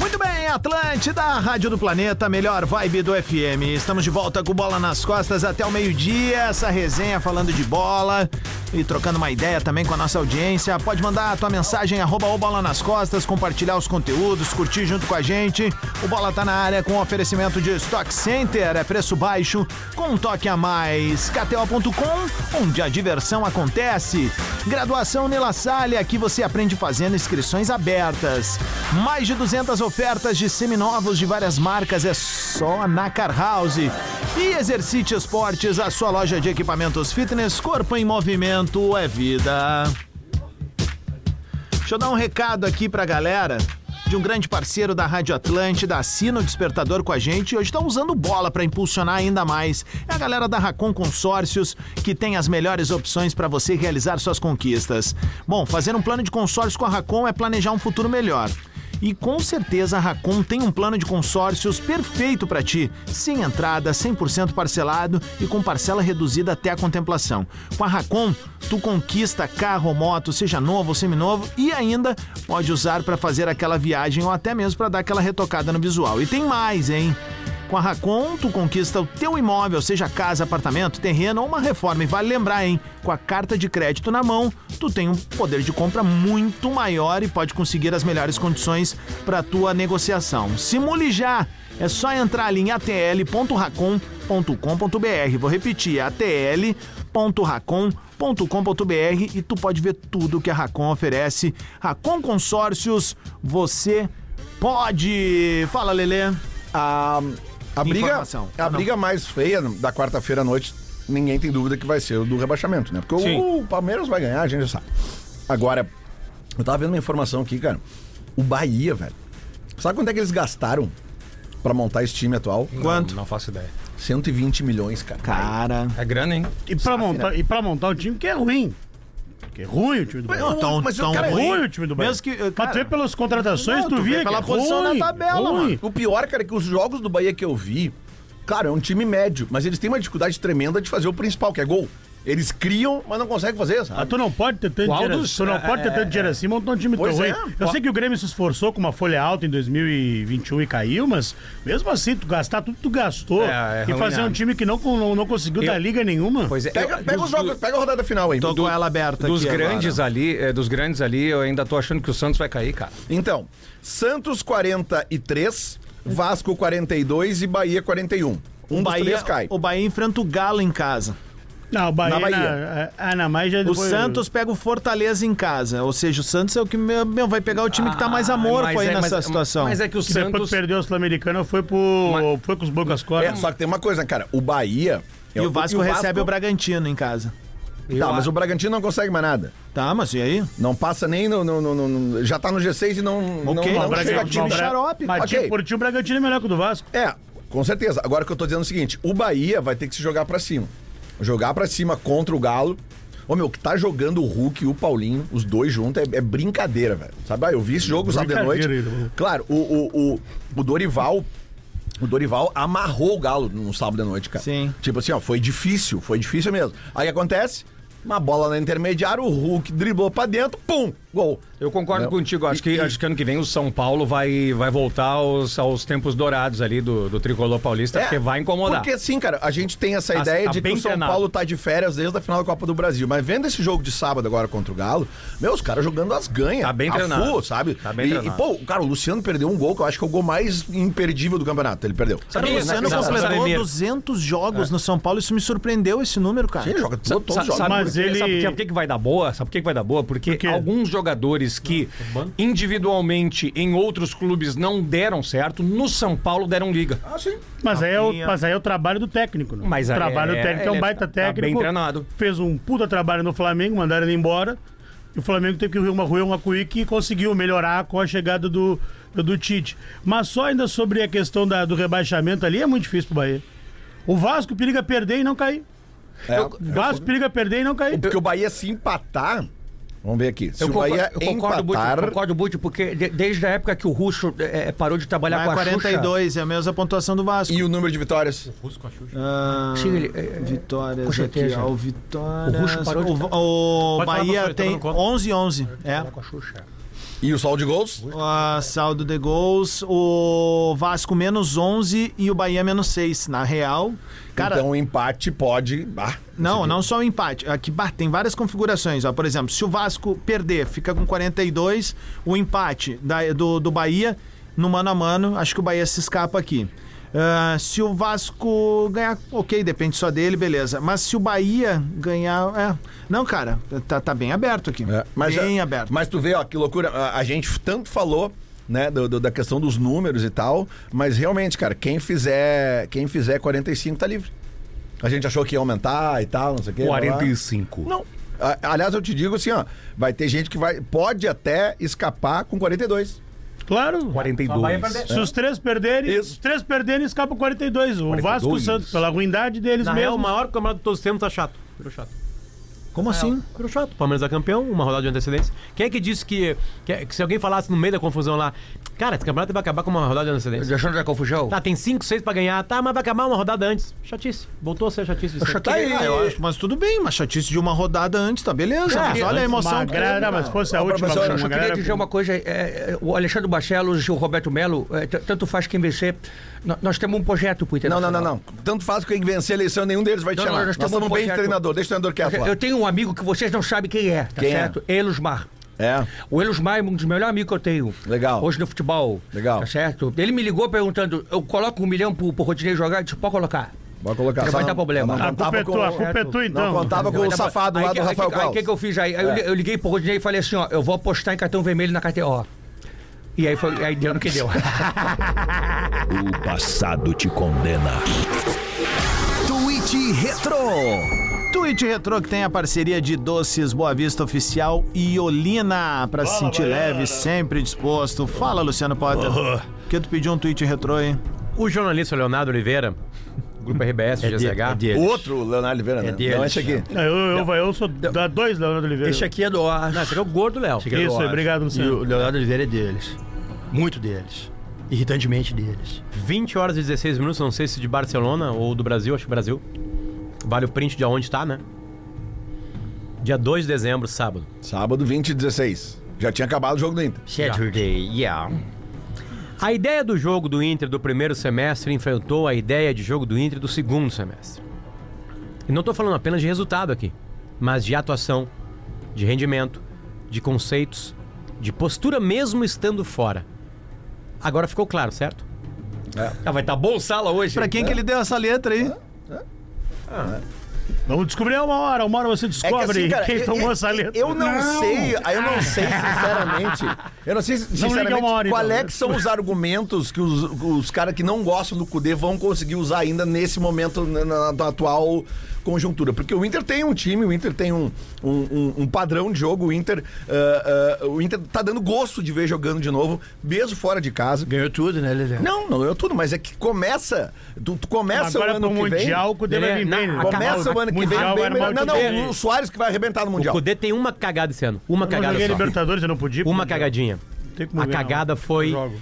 Speaker 2: Muito bem, Atlântida, Rádio do Planeta, melhor vibe do FM. Estamos de volta com bola nas costas até o meio-dia. Essa resenha falando de bola e trocando uma ideia também com a nossa audiência. Pode mandar a tua mensagem, arroba o Bola nas Costas, compartilhar os conteúdos, curtir junto com a gente. O Bola tá na área com oferecimento de Stock Center, é preço baixo, com um toque a mais. KTO.com, onde a diversão acontece. Graduação Nela Salle, aqui você aprende fazendo inscrições abertas. Mais de 200 ofertas de seminovos de várias marcas é só na Car House. E Exercite Esportes, a sua loja de equipamentos fitness, corpo em movimento é vida. Deixa eu dar um recado aqui pra galera de um grande parceiro da Rádio Atlântida, assina o despertador com a gente e hoje está usando bola para impulsionar ainda mais. É a galera da Racon Consórcios que tem as melhores opções para você realizar suas conquistas. Bom, fazer um plano de consórcio com a Racon é planejar um futuro melhor. E com certeza a Racon tem um plano de consórcios perfeito para ti, sem entrada, 100% parcelado e com parcela reduzida até a contemplação. Com a Racon, tu conquista carro ou moto, seja novo ou seminovo, e ainda pode usar para fazer aquela viagem ou até mesmo para dar aquela retocada no visual. E tem mais, hein? Com a Racon, tu conquista o teu imóvel, seja casa, apartamento, terreno ou uma reforma. E vale lembrar, hein? Com a carta de crédito na mão, tu tem um poder de compra muito maior e pode conseguir as melhores condições para tua negociação. Simule já! É só entrar ali em atl.racon.com.br. Vou repetir, atl.racon.com.br e tu pode ver tudo que a Racon oferece. Racon Consórcios, você pode! Fala, Lelê!
Speaker 4: A, a briga, é
Speaker 2: Informação. Ah,
Speaker 4: a
Speaker 2: não.
Speaker 4: briga mais feia da quarta-feira à noite, ninguém tem dúvida que vai ser o do rebaixamento, né? Porque o, o Palmeiras vai ganhar, a gente já sabe. Agora, eu tava vendo uma informação aqui, cara. O Bahia, velho. Sabe quanto é que eles gastaram pra montar esse time atual?
Speaker 2: Quanto?
Speaker 6: Não, não faço ideia.
Speaker 4: 120 milhões, cara.
Speaker 2: Cara.
Speaker 6: É grana, hein?
Speaker 5: E pra, montar, e pra montar um time que é ruim. Que é ruim o time do Bahia.
Speaker 2: Tão,
Speaker 4: mas o
Speaker 2: tão
Speaker 4: cara é
Speaker 5: ruim,
Speaker 2: ruim.
Speaker 5: o time do Bahia.
Speaker 2: Mesmo que,
Speaker 5: Mas tu vê
Speaker 2: cara,
Speaker 5: pelas contratações,
Speaker 2: não,
Speaker 5: tu,
Speaker 2: tu vê
Speaker 5: via
Speaker 2: pela
Speaker 5: que é
Speaker 2: posição na
Speaker 5: ruim,
Speaker 2: tabela,
Speaker 5: ruim.
Speaker 2: mano.
Speaker 4: O pior, cara, é que os jogos do Bahia que eu vi, claro, é um time médio, mas eles têm uma dificuldade tremenda de fazer o principal, que é gol. Eles criam, mas não conseguem fazer,
Speaker 5: Ah,
Speaker 4: sabe?
Speaker 5: tu não pode ter tanto
Speaker 6: O
Speaker 5: dinheiro,
Speaker 6: Aldo-
Speaker 5: tu não
Speaker 6: é,
Speaker 5: pode ter tanto dinheiro assim, montar um time tão
Speaker 4: Pois
Speaker 5: ruim.
Speaker 4: é.
Speaker 5: Eu sei que o Grêmio se esforçou com uma folha alta em 2021 e caiu, mas mesmo assim, tu gastar tudo que tu gastou
Speaker 6: É, é
Speaker 5: e
Speaker 6: ruim,
Speaker 5: fazer
Speaker 6: né?
Speaker 5: um time que não, não, não conseguiu dar liga nenhuma.
Speaker 6: Pois é.
Speaker 4: Pega,
Speaker 6: eu-
Speaker 4: pega
Speaker 6: dos-
Speaker 4: os jogos, pega a rodada final aí.
Speaker 2: Tô
Speaker 4: Do-
Speaker 2: com ela aberta
Speaker 6: Dos
Speaker 2: Tá aqui
Speaker 6: grandes ali, é, dos grandes ali, eu ainda tô achando que o Santos vai cair, cara.
Speaker 4: Então, Santos 43, Vasco 42 e Bahia 41. Um
Speaker 2: O
Speaker 4: dos
Speaker 2: Bahia,
Speaker 4: três cai.
Speaker 2: o Bahia enfrenta o Galo em casa.
Speaker 5: Não, Ah, o Bahia.
Speaker 4: Na Bahia.
Speaker 5: na- ah, não, mas já
Speaker 2: O
Speaker 5: depois-
Speaker 2: Santos pega o Fortaleza em casa. Ou seja, o Santos é o que meu, meu, vai pegar o time que tá mais amorfo
Speaker 6: Mas
Speaker 2: aí
Speaker 6: é-
Speaker 2: nessa
Speaker 6: mas-
Speaker 2: situação.
Speaker 6: Mas é que o
Speaker 5: que depois
Speaker 6: Santos.
Speaker 5: que perdeu a Sul-Americana foi, pro, foi com os Bocas
Speaker 4: É,
Speaker 5: Cortas.
Speaker 4: só que tem uma coisa, cara. O Bahia.
Speaker 2: E o Vasco recebe o Bragantino em casa.
Speaker 4: Bragantino. Tá, mas o Bragantino não consegue mais nada.
Speaker 2: Tá, mas e aí?
Speaker 4: Não passa nem no. no- no- no- já tá no G6 e não. não-
Speaker 2: Ok,
Speaker 4: não,
Speaker 2: o
Speaker 4: chega
Speaker 2: Bragantino-
Speaker 4: time
Speaker 2: o Bra- xarope,
Speaker 5: Mas
Speaker 4: ok.
Speaker 5: tipo, por ti o Bragantino é melhor que o do Vasco.
Speaker 4: É, com certeza. Agora o que eu tô dizendo é o seguinte: o Bahia vai ter que se jogar pra cima. Jogar pra cima contra o Galo. Ô meu, que tá jogando o Hulk e o Paulinho, os dois juntos, é, é brincadeira, velho. Sabe? Ah, Eu vi esse jogo sábado de noite.
Speaker 5: Brincadeira, irmão.
Speaker 4: Claro, o, o, o, o Dorival. O Dorival amarrou o Galo no sábado de noite, cara.
Speaker 2: Sim.
Speaker 4: Tipo assim, ó, foi difícil, foi difícil mesmo. Aí acontece, uma bola na intermediária, o Hulk driblou pra dentro, pum, gol.
Speaker 6: Eu concordo
Speaker 4: Não.
Speaker 6: contigo. Acho que,
Speaker 4: E- e-
Speaker 6: acho que ano que vem o São Paulo vai, vai voltar aos, aos tempos dourados ali do, do tricolor paulista, porque vai incomodar.
Speaker 4: É, Porque assim, cara, a gente tem essa
Speaker 6: Tá-
Speaker 4: ideia
Speaker 6: tá
Speaker 4: de que
Speaker 6: bem
Speaker 4: o São
Speaker 6: treinado.
Speaker 4: Paulo tá de férias desde a final da Copa do Brasil. Mas vendo esse jogo de sábado agora contra o Galo, meu, os caras jogando as ganhas.
Speaker 6: Tá bem
Speaker 4: a
Speaker 6: treinado.
Speaker 4: full, sabe?
Speaker 6: Tá bem
Speaker 4: e,
Speaker 6: treinado.
Speaker 4: e, pô, cara, o Luciano perdeu um gol que eu acho que é o gol mais imperdível do campeonato. Ele perdeu.
Speaker 2: Cara, o
Speaker 6: Sabe-
Speaker 2: Luciano
Speaker 6: é sabe- É.
Speaker 2: completou
Speaker 6: sabe-
Speaker 2: 200 jogos no São Paulo. Isso me surpreendeu, esse número, cara.
Speaker 4: Ele joga todo,
Speaker 6: Sabe,
Speaker 4: todos os
Speaker 6: sabe,
Speaker 4: jogos.
Speaker 6: sabe
Speaker 5: Mas
Speaker 6: por quê?
Speaker 5: ele-
Speaker 6: Sabe por quê? por que, que vai dar boa? Sabe por que, que vai dar boa? Porque
Speaker 5: quê?
Speaker 6: alguns jogadores que individualmente em outros clubes não deram certo, no São Paulo deram liga.
Speaker 4: Ah, sim.
Speaker 5: Mas aí, é o,
Speaker 2: Rafinha.
Speaker 5: mas aí é o trabalho do técnico. Né?
Speaker 6: Mas
Speaker 5: o
Speaker 6: aí
Speaker 5: trabalho do
Speaker 6: é-
Speaker 5: técnico é um
Speaker 6: ele
Speaker 5: baita
Speaker 6: tá- tá
Speaker 5: técnico.
Speaker 6: bem treinado.
Speaker 5: Fez um puta trabalho no Flamengo, mandaram ele embora. E o Flamengo teve que ir uma rua, uma cuíca e conseguiu melhorar com a chegada do, do, do Tite. Mas só ainda sobre a questão da- do rebaixamento ali, é muito difícil pro Bahia. O Vasco periga perder e não cair.
Speaker 4: É,
Speaker 5: O Vasco periga perder e não cair.
Speaker 4: porque o Bahia se empatar, Vamos ver aqui. Se
Speaker 6: Eu,
Speaker 4: o
Speaker 6: concordo,
Speaker 4: Bahia
Speaker 6: eu concordo
Speaker 4: empatar...
Speaker 6: muito, concordo muito, porque de- desde a época que o Russo eh, eh, parou de trabalhar
Speaker 2: Vai
Speaker 6: com a 42.
Speaker 2: 42, é a mesma pontuação do Vasco.
Speaker 4: E o número de vitórias?
Speaker 2: Ah,
Speaker 6: Sim, ele- é- é-
Speaker 2: vitórias
Speaker 6: com
Speaker 2: aqui,
Speaker 6: certeza.
Speaker 2: ó, o Vitórias...
Speaker 6: O Russo parou de-
Speaker 2: O, o
Speaker 7: Pode
Speaker 2: Bahia
Speaker 7: falar,
Speaker 6: tá
Speaker 7: professor,
Speaker 2: tem
Speaker 7: eu tô dando conta.
Speaker 2: 11-11, é.
Speaker 6: com a Xuxa.
Speaker 4: E o saldo de gols?
Speaker 2: Ah, saldo de gols, o Vasco menos 11 e o Bahia menos 6, na real. Cara,
Speaker 4: então o empate pode... Ah,
Speaker 2: não, não só o empate. Aqui bah, tem várias configurações. Ó. Por exemplo, se o Vasco perder, fica com 42, o empate da- do, do Bahia no mano a mano, acho que o Bahia se escapa aqui. Ah, se o Vasco ganhar, ok, depende só dele, beleza. Mas se o Bahia ganhar. é. Não, cara, tá, tá bem aberto aqui.
Speaker 4: É, mas,
Speaker 2: bem
Speaker 4: a-
Speaker 2: aberto.
Speaker 4: Mas tu vê, ó, que loucura. A, a gente tanto falou, né, do- do- da questão dos números e tal, mas realmente, cara, quem fizer, quem fizer 45 tá livre. A gente achou que ia aumentar e tal, não sei o quê. blá, blá.
Speaker 6: 45.
Speaker 4: Não. A- Aliás, eu te digo assim, ó, vai ter gente que vai pode até escapar com 42.
Speaker 5: Claro.
Speaker 6: 42.
Speaker 5: Se os três perderem,
Speaker 4: Isso.
Speaker 5: os três perderem, escapa o 42. O Vasco e o Santos, pela ruindade deles
Speaker 7: Na real, o
Speaker 5: mesmos.
Speaker 7: maior campeonato de todos os tempos tá chato. Virou chato.
Speaker 2: Como assim?
Speaker 7: Virou chato. Palmeiras é campeão, uma rodada de antecedência. Quem é que disse que, que- que se alguém falasse no meio da confusão lá, cara, esse campeonato vai acabar com uma rodada de antecedência?
Speaker 6: Deixando já confusão?
Speaker 7: Tá, tem 5, 6 pra ganhar, tá, mas vai acabar uma rodada antes. Chatice. Voltou a ser chatice. de sempre.
Speaker 4: Tá aí.
Speaker 2: Ah,
Speaker 6: né?
Speaker 2: eu acho, mas tudo bem, uma chatice de uma rodada antes, tá beleza. mas olha a emoção.
Speaker 5: Uma
Speaker 2: que
Speaker 5: galera,
Speaker 2: teve,
Speaker 5: mas
Speaker 2: cara.
Speaker 5: se fosse a última,
Speaker 4: professor,
Speaker 5: uma
Speaker 4: eu
Speaker 6: Eu
Speaker 5: galera-
Speaker 6: queria dizer uma coisa, é, é, o Alexandre Barcelos e o Roberto Melo, é, t- tanto faz quem vencer. Nó- Nós temos um projeto pro
Speaker 4: Não, não,
Speaker 6: Internacional.
Speaker 4: não, não. Tanto faz que quem vencer a eleição, nenhum deles vai te
Speaker 6: Não, não,
Speaker 4: chamar.
Speaker 6: nós
Speaker 4: Nós
Speaker 6: temos
Speaker 4: estamos
Speaker 6: um
Speaker 4: bem de
Speaker 6: projeto.
Speaker 4: treinador, deixa o treinador quieto
Speaker 6: Eu-
Speaker 4: lá.
Speaker 6: Eu tenho um amigo que vocês não sabem quem é, tá
Speaker 4: Quem é?
Speaker 6: certo? Elusmar.
Speaker 4: É.
Speaker 6: Elusmar é um dos melhores amigos que eu tenho.
Speaker 4: Legal.
Speaker 6: Hoje no futebol.
Speaker 4: Legal.
Speaker 6: Tá certo? Ele me ligou perguntando: eu coloco um milhão pro, pro Rodinei jogar? Eu disse: pode colocar.
Speaker 4: Vai colocar
Speaker 6: Não
Speaker 4: só
Speaker 6: vai dar problema.
Speaker 4: não
Speaker 5: A
Speaker 4: contava
Speaker 5: culpa é
Speaker 4: com-
Speaker 5: tua, a culpa é tua, então.
Speaker 4: Não contava com o
Speaker 6: Aí,
Speaker 4: safado
Speaker 6: tá aí,
Speaker 4: lá
Speaker 6: que-
Speaker 4: do
Speaker 6: aí,
Speaker 4: Rafael É.
Speaker 6: que- Aí o
Speaker 4: Claus.
Speaker 6: que, que eu fiz? Aí, aí eu li- eu liguei pro Rodinei e falei assim: ó, eu vou apostar em cartão vermelho na KTO. E aí, foi, aí deu no que deu.
Speaker 1: O passado te condena.
Speaker 10: Twitch Retro.
Speaker 2: Twitch Retro que tem a parceria de Doces Boa Vista Oficial e Olina pra se sentir leve, sempre disposto. Fala, Luciano Potter. Por que tu pediu um tweet retrô, hein?
Speaker 7: O jornalista Leonardo Oliveira, grupo
Speaker 6: É
Speaker 7: RBS, GZH.
Speaker 4: O outro, Leonardo Oliveira, né?
Speaker 7: deles.
Speaker 4: Não, esse aqui.
Speaker 5: Não, Eu, eu, eu sou da dois, Leonardo Oliveira.
Speaker 11: Esse aqui é do Ar.
Speaker 7: Não, esse aqui é o gordo Léo.
Speaker 5: Isso, obrigado,
Speaker 11: E o
Speaker 5: Luciano.
Speaker 11: Leonardo Oliveira é deles. Muito deles. Irritantemente deles.
Speaker 7: 20 horas e 16 minutos, não sei se de Barcelona ou do Brasil, acho que Brasil. Vale o print de onde tá, né? Dia 2 de dezembro, sábado.
Speaker 4: Sábado, 20 e 16. Já tinha acabado o jogo do Inter.
Speaker 11: Saturday, yeah.
Speaker 7: A ideia do jogo do Inter do primeiro semestre enfrentou a ideia de jogo do Inter do segundo semestre. E não tô falando apenas de resultado aqui, mas de atuação, de rendimento, de conceitos, de postura mesmo estando fora. Agora ficou claro, certo? Ah, vai estar tá bom sala hoje.
Speaker 2: Pra quem que ele deu essa letra aí?
Speaker 5: Vamos descobrir uma hora. Uma hora
Speaker 4: É
Speaker 5: você descobre quem
Speaker 4: assim, eu-
Speaker 5: tomou
Speaker 4: eu-
Speaker 5: essa letra.
Speaker 4: Eu não, sei, aí eu não
Speaker 11: Ah.
Speaker 4: sei, sinceramente. Eu não sei, sinceramente,
Speaker 5: uma hora,
Speaker 4: qual
Speaker 5: então.
Speaker 4: é que são os argumentos que os, os caras que não gostam do Cudê vão conseguir usar ainda nesse momento, na, na- na atual conjuntura. Porque o Inter tem um time, o Inter tem um, um, um- um padrão de jogo, o Inter, ah, ah, o Inter tá dando gosto de ver jogando de novo, mesmo fora de casa.
Speaker 11: Ganhou tudo, né, Lelê?
Speaker 4: Não, não ganhou tudo, mas é que começa. Tu, tu começa
Speaker 5: Agora
Speaker 4: o
Speaker 5: pro
Speaker 4: ano que vem.
Speaker 5: Mundial, o Cudê vai vir
Speaker 7: Não,
Speaker 5: bem. né?
Speaker 4: Começa o ano que vem
Speaker 5: Mundial
Speaker 4: bem
Speaker 5: era
Speaker 4: melhor.
Speaker 5: mal
Speaker 4: Não,
Speaker 5: que bem.
Speaker 4: não, o Soares que vai arrebentar no
Speaker 7: O
Speaker 4: Mundial.
Speaker 7: Kudê tem uma cagada esse ano. Uma
Speaker 5: Eu não
Speaker 7: cagada
Speaker 5: joguei
Speaker 7: só.
Speaker 5: Libertadores, eu não podia.
Speaker 7: Uma
Speaker 5: porque-
Speaker 7: cagadinha.
Speaker 5: Tem que
Speaker 7: A
Speaker 5: mover, não.
Speaker 7: cagada foi
Speaker 5: Jogo.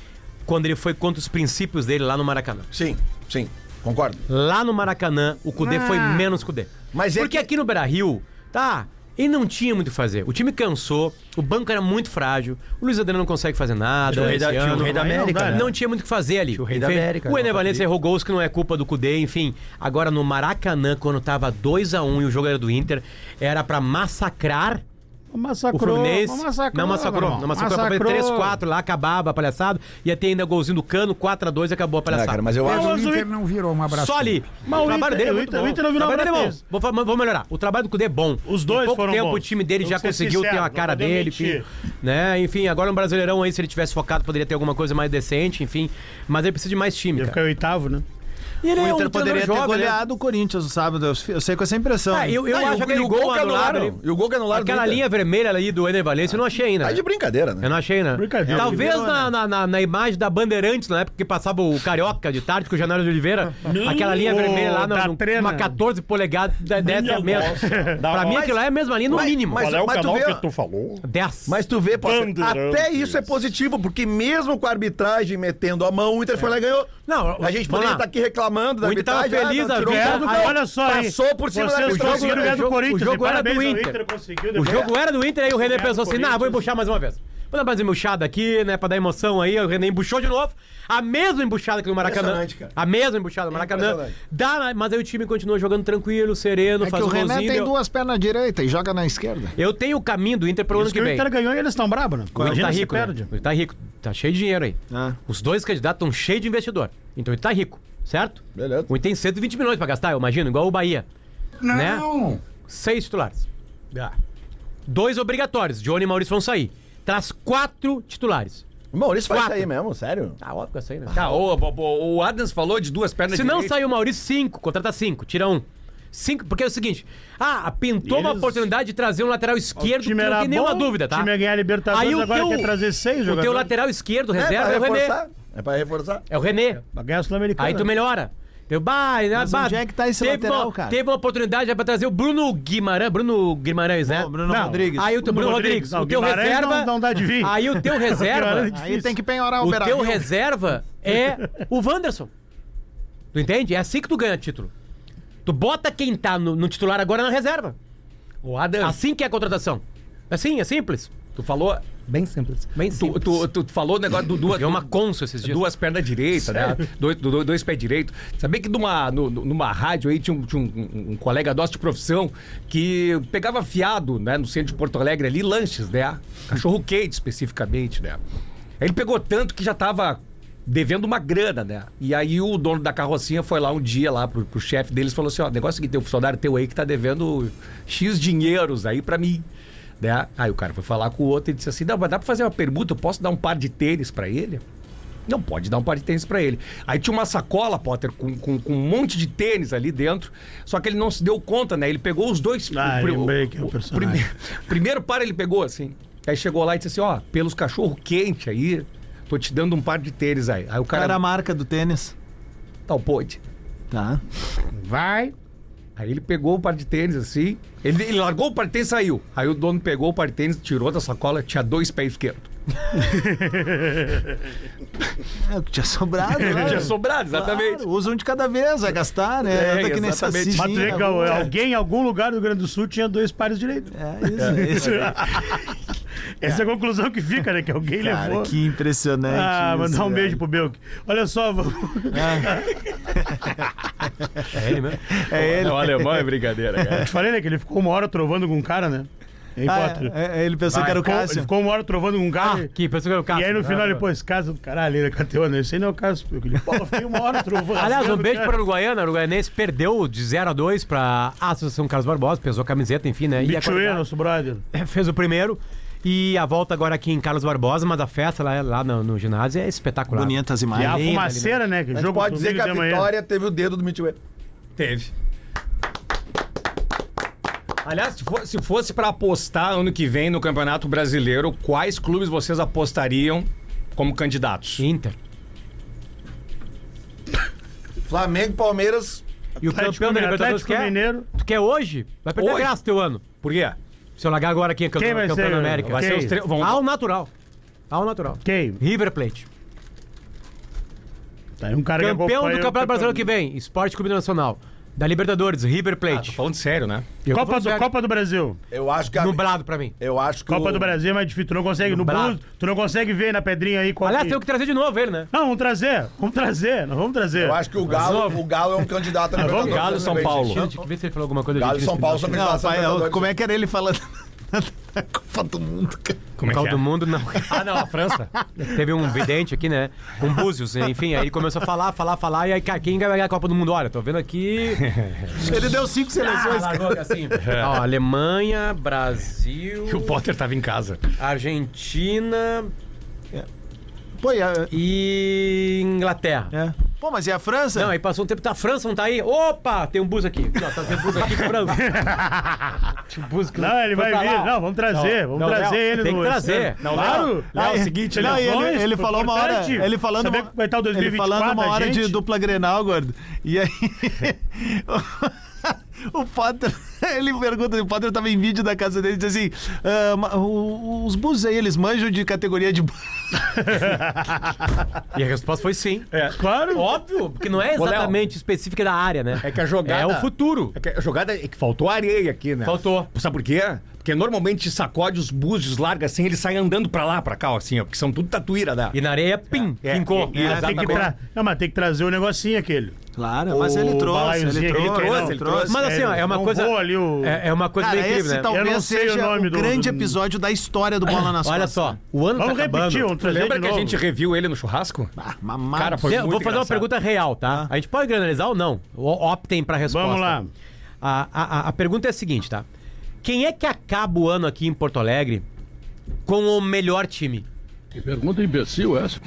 Speaker 7: quando ele foi contra os princípios dele lá no Maracanã.
Speaker 4: Sim, sim, concordo.
Speaker 7: Lá no Maracanã, o Cudê
Speaker 5: Ah.
Speaker 7: foi menos Cudê.
Speaker 4: Mas é
Speaker 7: Porque
Speaker 4: que-
Speaker 7: aqui no Beira-Rio, tá, ele não tinha muito o que fazer. O time cansou, o banco era muito frágil, o Luiz Adriano não consegue fazer nada.
Speaker 11: Tinha o rei da-
Speaker 7: esse
Speaker 11: tinha o
Speaker 7: ano.
Speaker 11: rei da
Speaker 7: Aí não
Speaker 11: América,
Speaker 7: dá,
Speaker 11: né?
Speaker 7: Não tinha muito o que fazer ali.
Speaker 11: Tinha o rei da
Speaker 7: Enfim,
Speaker 11: América,
Speaker 7: O
Speaker 11: né?
Speaker 7: Ené
Speaker 11: Patrick.
Speaker 7: Valencia errou gols que não é culpa do Cudê, enfim. Agora no Maracanã, quando tava 2 a 1 e o jogo era do Inter, era pra massacrar o
Speaker 5: Massacrou.
Speaker 7: Fluminense
Speaker 5: massacrou,
Speaker 7: não massacrou,
Speaker 5: irmão.
Speaker 7: não massacrou,
Speaker 5: Massacrou.
Speaker 7: 3 4 lá acabava a palhaçada, ia ter ainda golzinho do Cano, 4 a 2 acabou a
Speaker 4: Ah,
Speaker 7: palhaçada.
Speaker 4: cara, mas eu
Speaker 5: Não,
Speaker 4: acho.
Speaker 5: mas o Inter-
Speaker 12: não virou uma abraço.
Speaker 7: Só ali.
Speaker 5: Mas o Inter- o
Speaker 7: é muito
Speaker 5: Inter-
Speaker 7: bom.
Speaker 5: o Inter não virou
Speaker 7: O trabalho dele é
Speaker 5: abraço.
Speaker 7: bom. Vou, fa- mas vou melhorar. O trabalho do Cudê é bom.
Speaker 5: Os dois
Speaker 7: Em pouco
Speaker 5: foram
Speaker 7: tempo
Speaker 5: bons.
Speaker 7: o time dele
Speaker 5: Vamos
Speaker 7: já
Speaker 5: ser
Speaker 7: conseguiu ter
Speaker 5: sinceros,
Speaker 7: a
Speaker 5: não
Speaker 7: cara
Speaker 5: podemos
Speaker 7: dele,
Speaker 5: mentir.
Speaker 7: enfim, né? Enfim, agora no Brasileirão aí se ele tivesse focado poderia ter alguma coisa mais decente, enfim, mas ele precisa de mais time,
Speaker 5: Ia
Speaker 7: cara.
Speaker 5: ficar em oitavo, né?
Speaker 2: E ele
Speaker 4: o
Speaker 2: é um
Speaker 4: Inter
Speaker 2: treinador
Speaker 4: poderia ter
Speaker 2: jovem,
Speaker 4: goleado
Speaker 2: né? o Corinthians no sábado. Eu, eu sei com essa impressão.
Speaker 7: Ah, eu, eu
Speaker 4: Ah, e
Speaker 7: acho
Speaker 4: o-
Speaker 7: que aquele
Speaker 4: e o
Speaker 7: gol
Speaker 4: gol que
Speaker 7: anulado.
Speaker 4: anularam?
Speaker 7: ali-
Speaker 4: E o gol que anularam do
Speaker 7: Aquela
Speaker 4: Inter?
Speaker 7: linha vermelha ali do Ener Valencia, eu não achei ainda.
Speaker 4: Tá de brincadeira, né?
Speaker 7: Eu não achei, né?
Speaker 4: Brincadeira.
Speaker 7: Talvez
Speaker 4: Brincadeira,
Speaker 7: na, na, na, na imagem da Bandeirantes, na época que passava o Carioca de tarde com o Janário de Oliveira,
Speaker 5: Minha-
Speaker 7: aquela linha vermelha lá,
Speaker 5: da
Speaker 7: no, no,
Speaker 5: trena.
Speaker 7: uma 14 polegadas, da-
Speaker 5: Minha
Speaker 7: 10 a menos.
Speaker 5: nossa.
Speaker 7: Pra
Speaker 5: Da
Speaker 7: mim
Speaker 5: nossa.
Speaker 7: aquilo lá é a mesma linha no
Speaker 4: Mas-
Speaker 7: mínimo.
Speaker 4: mas- Qual é o mas tu canal vê- que tu
Speaker 7: falou? 10.
Speaker 4: Mas tu vê, pô,
Speaker 7: Bandeirantes.
Speaker 4: até isso é positivo, porque mesmo com a arbitragem metendo a mão, o Inter foi lá e ganhou.
Speaker 7: Não,
Speaker 4: a gente poderia
Speaker 7: É. vamos
Speaker 4: tá
Speaker 7: lá.
Speaker 4: estar aqui reclamando da
Speaker 7: O Inter tava
Speaker 4: arbitragem.
Speaker 7: feliz
Speaker 4: não,
Speaker 7: a
Speaker 4: tirou
Speaker 7: vida.
Speaker 4: um carro,
Speaker 7: Aí,
Speaker 4: olha só,
Speaker 7: aí.
Speaker 4: passou por cima da
Speaker 5: Vocês
Speaker 4: arbitragem.
Speaker 5: conseguiram ganhar do Corinthians,
Speaker 7: O jogo
Speaker 5: e
Speaker 7: era do
Speaker 5: parabéns ao
Speaker 7: Inter.
Speaker 5: Inter, conseguiu
Speaker 7: O
Speaker 5: depois.
Speaker 7: jogo era do Inter, aí o René
Speaker 5: Ganhar do
Speaker 7: pensou assim:
Speaker 5: Corinthians.
Speaker 7: nah, vou embuchar mais uma vez. Vou dar mais uma embuchada aqui, né, pra dar emoção aí. O René embuchou de novo. A mesma embuchada que no Maracanã.
Speaker 4: Impressionante, cara.
Speaker 7: A mesma embuchada no Maracanã.
Speaker 4: Impressionante.
Speaker 7: Dá, mas aí o time continua jogando tranquilo, sereno,
Speaker 2: É que
Speaker 7: faz
Speaker 2: o
Speaker 7: um
Speaker 2: René
Speaker 7: golzinho.
Speaker 2: tem
Speaker 7: deu-
Speaker 2: duas pernas direitas e joga na esquerda.
Speaker 7: Eu tenho o caminho do Inter tá pro ano
Speaker 5: Isso que
Speaker 7: que
Speaker 5: o
Speaker 7: vem.
Speaker 5: Inter ganhou e eles estão bravos, né?
Speaker 7: O Inter
Speaker 5: Imagina
Speaker 7: tá
Speaker 5: se
Speaker 7: rico, né?
Speaker 5: perde.
Speaker 7: O Inter tá rico, tá cheio de dinheiro aí.
Speaker 2: Ah.
Speaker 7: Os dois candidatos estão cheios de investidor. Então ele tá rico, certo?
Speaker 4: Beleza.
Speaker 7: O Inter tem 120 milhões pra gastar, eu imagino, igual o Bahia. Não! Seis titulares. Dois obrigatórios, Johnny e Maurício vão sair. Traz quatro titulares.
Speaker 4: Maurício vai
Speaker 7: Quatro.
Speaker 4: sair mesmo, sério?
Speaker 7: Tá óbvio que vai sair, né?
Speaker 6: Tá, o, o, o Adams falou de duas pernas
Speaker 7: Se não
Speaker 6: direitas.
Speaker 7: sair o Maurício, cinco, contrata cinco, tira um. Cinco, porque é o seguinte, ah, pintou uma
Speaker 5: Eles-
Speaker 7: oportunidade de trazer um lateral esquerdo, que
Speaker 5: time
Speaker 7: não
Speaker 5: era
Speaker 7: tem nenhuma
Speaker 5: bom,
Speaker 7: dúvida, tá?
Speaker 5: O time ia ganhar a Libertadores,
Speaker 7: Aí o
Speaker 5: agora
Speaker 7: teu-
Speaker 5: quer trazer seis
Speaker 7: O teu
Speaker 5: jogadores.
Speaker 7: lateral esquerdo,
Speaker 4: É pra
Speaker 7: reserva, é, o René.
Speaker 4: reforçar. É pra reforçar.
Speaker 7: É o René.
Speaker 5: Pra ganhar a Sul-Americana.
Speaker 7: Aí tu melhora. Eu, bah, né,
Speaker 2: Mas
Speaker 7: bah,
Speaker 2: onde é que tá esse
Speaker 7: teve
Speaker 2: lateral,
Speaker 7: uma,
Speaker 2: cara?
Speaker 7: Teve uma oportunidade é pra trazer o Bruno Guimarães, Bruno Guimarães, né?
Speaker 2: Ô, Bruno
Speaker 5: Não.
Speaker 2: Rodrigues.
Speaker 7: Aí o teu
Speaker 5: Bruno
Speaker 7: Bruno
Speaker 5: Rodrigues,
Speaker 7: Rodrigues,
Speaker 5: não,
Speaker 7: o teu
Speaker 5: Guimarães
Speaker 7: reserva.
Speaker 5: não- não dá de vir.
Speaker 7: Aí o teu
Speaker 5: Guimarães
Speaker 7: reserva.
Speaker 5: é
Speaker 2: Aí tem que penhorar o,
Speaker 7: o
Speaker 2: Beira-Rio.
Speaker 7: teu reserva é o Wanderson. Tu entende? É assim que tu ganha título. Tu bota quem tá no, no titular agora na reserva.
Speaker 6: O Adams.
Speaker 7: Assim que é a contratação. Assim, é simples.
Speaker 6: Tu falou.
Speaker 8: Bem simples.
Speaker 7: Bem
Speaker 6: Tu,
Speaker 7: simples.
Speaker 6: tu, tu falou o negócio do duas.
Speaker 7: É uma consul esses dias.
Speaker 6: Duas pernas direitas, né? Dois, do- do- dois pés direitos. Sabia que numa, no- no- numa rádio aí tinha, um, tinha um- um- um colega nosso de profissão que pegava fiado, né, no centro de Porto Alegre ali, lanches, né? Cachorro quente especificamente, né? Ele pegou tanto que já tava devendo uma grana, né? E aí o dono da carrocinha foi lá um dia lá pro, pro chefe deles e falou assim: ó, negócio que tem um funcionário teu aí que tá devendo X dinheiros aí pra mim. Né? Aí o cara foi falar com o outro e disse assim: Não, mas dá pra fazer uma permuta, eu posso dar um par de tênis pra ele? Não pode dar um par de tênis pra ele. Aí tinha uma sacola, Potter, com, com- com um monte de tênis ali dentro. Só que ele não se deu conta, né? Ele pegou os dois.
Speaker 5: Ah,
Speaker 6: pri-
Speaker 5: lembrei que é o personagem.
Speaker 6: prime- primeiro par ele pegou assim. Aí chegou lá e disse assim: Ó, pelos cachorro quente aí, tô te dando um par de tênis aí. Aí o
Speaker 2: Qual
Speaker 6: cara.
Speaker 2: era é a marca do tênis?
Speaker 6: Tal pôde.
Speaker 2: Tá.
Speaker 6: Vai. Aí ele pegou o par de tênis assim. Ele, ele largou o par de tênis e saiu. Aí o dono pegou o par de tênis, tirou da sacola, tinha dois pés esquerdos.
Speaker 2: É o que tinha sobrado. né?
Speaker 6: Tinha sobrado, exatamente.
Speaker 2: Claro, usa um de cada vez, vai gastar, né?
Speaker 6: É,
Speaker 2: Anda que nem
Speaker 6: exatamente.
Speaker 2: saci,
Speaker 5: Mas tu vê
Speaker 2: né?
Speaker 5: que alguém em algum lugar do Rio Grande do Sul tinha dois pares direitos.
Speaker 2: É isso, é isso.
Speaker 5: Essa é a conclusão que fica, né? Que alguém
Speaker 2: Cara,
Speaker 5: levou.
Speaker 2: que impressionante.
Speaker 5: Ah,
Speaker 2: isso,
Speaker 5: mandar um
Speaker 2: velho.
Speaker 5: beijo pro Belk. Olha só, vamos...
Speaker 7: É ele mesmo.
Speaker 2: É ele.
Speaker 6: O alemão é brincadeira, cara.
Speaker 5: eu te falei, né? Que ele ficou uma hora trovando com um cara, né? Em
Speaker 2: Ah,
Speaker 5: quatro.
Speaker 2: é, é, ele pensou que era o
Speaker 5: Ficou-
Speaker 2: Cássio.
Speaker 5: Ficou uma hora trovando com um cara.
Speaker 7: Ah, que pensou que era o Cássio.
Speaker 5: E aí no final
Speaker 7: Ah,
Speaker 4: né,
Speaker 5: ele pôs casa do caralho, ele cateu, né? Esse aí não é o caso. Eu falei, pô, eu fiquei uma hora trovando.
Speaker 7: Aliás, um beijo para o
Speaker 5: cara.
Speaker 7: Uruguaiana. O Uruguaianense perdeu de 0 a 2 para a Associação Carlos Barbosa, pesou a camiseta, enfim, né? E a
Speaker 5: Bichuê,
Speaker 7: qualidade-
Speaker 5: nosso brother.
Speaker 7: fez o primeiro. E a volta agora aqui em Carlos Barbosa, mas a festa lá, lá no, no ginásio é espetacular.
Speaker 2: Bonitas
Speaker 5: E
Speaker 2: imagens.
Speaker 5: a
Speaker 7: linda,
Speaker 5: fumaceira, né? Que
Speaker 4: A
Speaker 5: o
Speaker 4: gente
Speaker 5: jogo
Speaker 4: pode dizer que
Speaker 5: domingo
Speaker 4: a
Speaker 5: de manhã.
Speaker 4: vitória teve o dedo do Mitchell.
Speaker 6: Teve. Aliás, se fo- se fosse pra apostar ano que vem no Campeonato Brasileiro, quais clubes vocês apostariam como candidatos?
Speaker 7: Inter.
Speaker 4: Flamengo, Palmeiras.
Speaker 7: E o
Speaker 5: Atlético
Speaker 7: campeão da
Speaker 5: Mineiro,
Speaker 7: Libertadores é?
Speaker 5: Atlético
Speaker 7: quer?
Speaker 5: Mineiro.
Speaker 7: Tu quer hoje? Vai perder
Speaker 6: Hoje?
Speaker 7: graça teu ano.
Speaker 6: Por quê? Ah,
Speaker 7: Se eu largar agora aqui, é campeão,
Speaker 5: Quem vai
Speaker 7: campeão
Speaker 5: ser,
Speaker 7: da América.
Speaker 5: vai ser
Speaker 6: os três- vão-
Speaker 7: Ao natural. Ao natural.
Speaker 5: Quem?
Speaker 7: River Plate.
Speaker 5: Tá aí um cara que
Speaker 7: Campeão do
Speaker 5: acompanha o
Speaker 7: Campeonato Brasileiro que vem. Esporte Clube Nacional. Da Libertadores, River
Speaker 6: Ah, tô
Speaker 7: Plate.
Speaker 6: falando sério, né?
Speaker 7: Eu tô
Speaker 5: Copa
Speaker 7: falando
Speaker 5: do,
Speaker 7: sério.
Speaker 5: Copa do Brasil.
Speaker 4: Eu acho que a,
Speaker 7: Nublado pra mim.
Speaker 4: eu acho que
Speaker 5: Copa
Speaker 4: o-
Speaker 5: do Brasil é mais difícil. Tu não consegue no
Speaker 7: Nublado.
Speaker 5: blues, tu não consegue ver na pedrinha aí qual
Speaker 7: Aliás,
Speaker 5: que-
Speaker 7: tem que trazer de novo ele, né?
Speaker 5: Não, vamos trazer. Vamos trazer. Nós vamos trazer.
Speaker 4: Eu acho que o Galo, o Galo é um candidato a Libertadores.
Speaker 6: Galo e São Paulo.
Speaker 7: Deixa eu ver se ele falou alguma coisa.
Speaker 4: Galo e
Speaker 7: gente,
Speaker 4: São Paulo são
Speaker 2: Não,
Speaker 4: candidatos a
Speaker 2: pai, eu-
Speaker 5: tá
Speaker 4: Libertadores.
Speaker 2: como é que era ele falando da Copa do Mundo, cara?
Speaker 6: Como
Speaker 7: Por causa do mundo, não.
Speaker 6: Ah, não, a França.
Speaker 7: Teve um vidente aqui, né? Um búzios, enfim. Aí ele começou a falar, falar, falar. E aí, cara, quem vai ganhar a Copa do Mundo? Olha, tô vendo aqui.
Speaker 2: Ele deu cinco seleções, cara.
Speaker 7: largou assim. Ó, Alemanha, Brasil,
Speaker 6: o Potter tava em casa.
Speaker 7: Argentina
Speaker 2: Pô, e a-
Speaker 5: Ah.
Speaker 7: e Inglaterra.
Speaker 2: é. Pô, mas e a França?
Speaker 7: Não, aí passou um tempo, tá, a França não tá aí? Opa, tem um bus aqui. Não, tá tem um bus aqui, França. Tinha um bus que
Speaker 5: Não, ele
Speaker 7: foi
Speaker 5: vai
Speaker 7: pra
Speaker 5: vir.
Speaker 7: lá.
Speaker 5: Não, vamos trazer, vamos trazer ele
Speaker 7: Tem
Speaker 5: no-
Speaker 7: que trazer.
Speaker 5: Não, claro.
Speaker 2: Lá
Speaker 5: Lá é o seguinte,
Speaker 2: não,
Speaker 5: né?
Speaker 2: e ele,
Speaker 5: Nós,
Speaker 2: ele
Speaker 5: por-
Speaker 2: falou uma hora.
Speaker 5: importante
Speaker 2: Ele falando,
Speaker 5: saber
Speaker 2: uma-
Speaker 5: como vai estar o
Speaker 2: ele
Speaker 5: 2024
Speaker 2: falando uma
Speaker 5: da
Speaker 2: hora de
Speaker 5: gente.
Speaker 2: dupla grenal, gordo. E aí. o Potter. Ele pergunta, o Potter tava em vídeo da casa dele e diz assim: "Ah, ma- o- os bus aí, eles manjam de categoria de.
Speaker 7: E a resposta foi sim.
Speaker 5: É, claro.
Speaker 7: Óbvio, porque não é
Speaker 6: Ô, Léo.
Speaker 7: exatamente específica da área, né?
Speaker 6: É que a jogada.
Speaker 7: É o futuro.
Speaker 6: É que a jogada é que faltou areia aqui, né?
Speaker 7: Faltou.
Speaker 6: Sabe por quê? Porque normalmente sacode os búzios, larga assim, ele sai andando pra lá, pra cá, assim, ó, porque são tudo tatuíra, né?
Speaker 7: E na areia, pim,
Speaker 6: É,
Speaker 7: fincou.
Speaker 6: é, é,
Speaker 5: Tem que
Speaker 6: exatamente.
Speaker 5: tra... Não, mas tem que trazer o negocinho aquele.
Speaker 2: Claro, mas ele
Speaker 5: O
Speaker 2: trouxe,
Speaker 5: balaiozinho,
Speaker 2: ele
Speaker 5: ele
Speaker 2: trouxe,
Speaker 5: trouxe,
Speaker 2: não,
Speaker 5: ele
Speaker 2: trouxe.
Speaker 7: Mas assim, ó, é uma
Speaker 5: Não
Speaker 7: coisa.
Speaker 5: vou ali o-
Speaker 7: É, é uma coisa
Speaker 2: Cara,
Speaker 7: bem incrível,
Speaker 2: esse tá um
Speaker 7: né?
Speaker 5: Eu
Speaker 2: talvez
Speaker 5: não sei o
Speaker 2: seja
Speaker 5: nome
Speaker 2: o
Speaker 5: do-
Speaker 2: grande
Speaker 5: do-
Speaker 2: episódio da história do Bola nas
Speaker 7: Olha
Speaker 2: Costas.
Speaker 7: só, o ano
Speaker 5: Vamos
Speaker 7: tá acabando.
Speaker 5: repetir, um vamos trazer
Speaker 6: Lembra
Speaker 5: de
Speaker 6: que a
Speaker 5: novo.
Speaker 6: gente reviu ele no churrasco?
Speaker 2: Ah, mamado.
Speaker 6: Cara, foi
Speaker 7: Zé,
Speaker 6: muito
Speaker 7: vou fazer uma
Speaker 6: engraçado.
Speaker 7: pergunta real, tá? A gente pode granalizar ou não? O- Optem pra resposta.
Speaker 5: Vamos lá.
Speaker 7: A, a- a- a pergunta é a seguinte, tá? Quem é que acaba o ano aqui em Porto Alegre com o melhor time?
Speaker 9: Que pergunta imbecil é essa?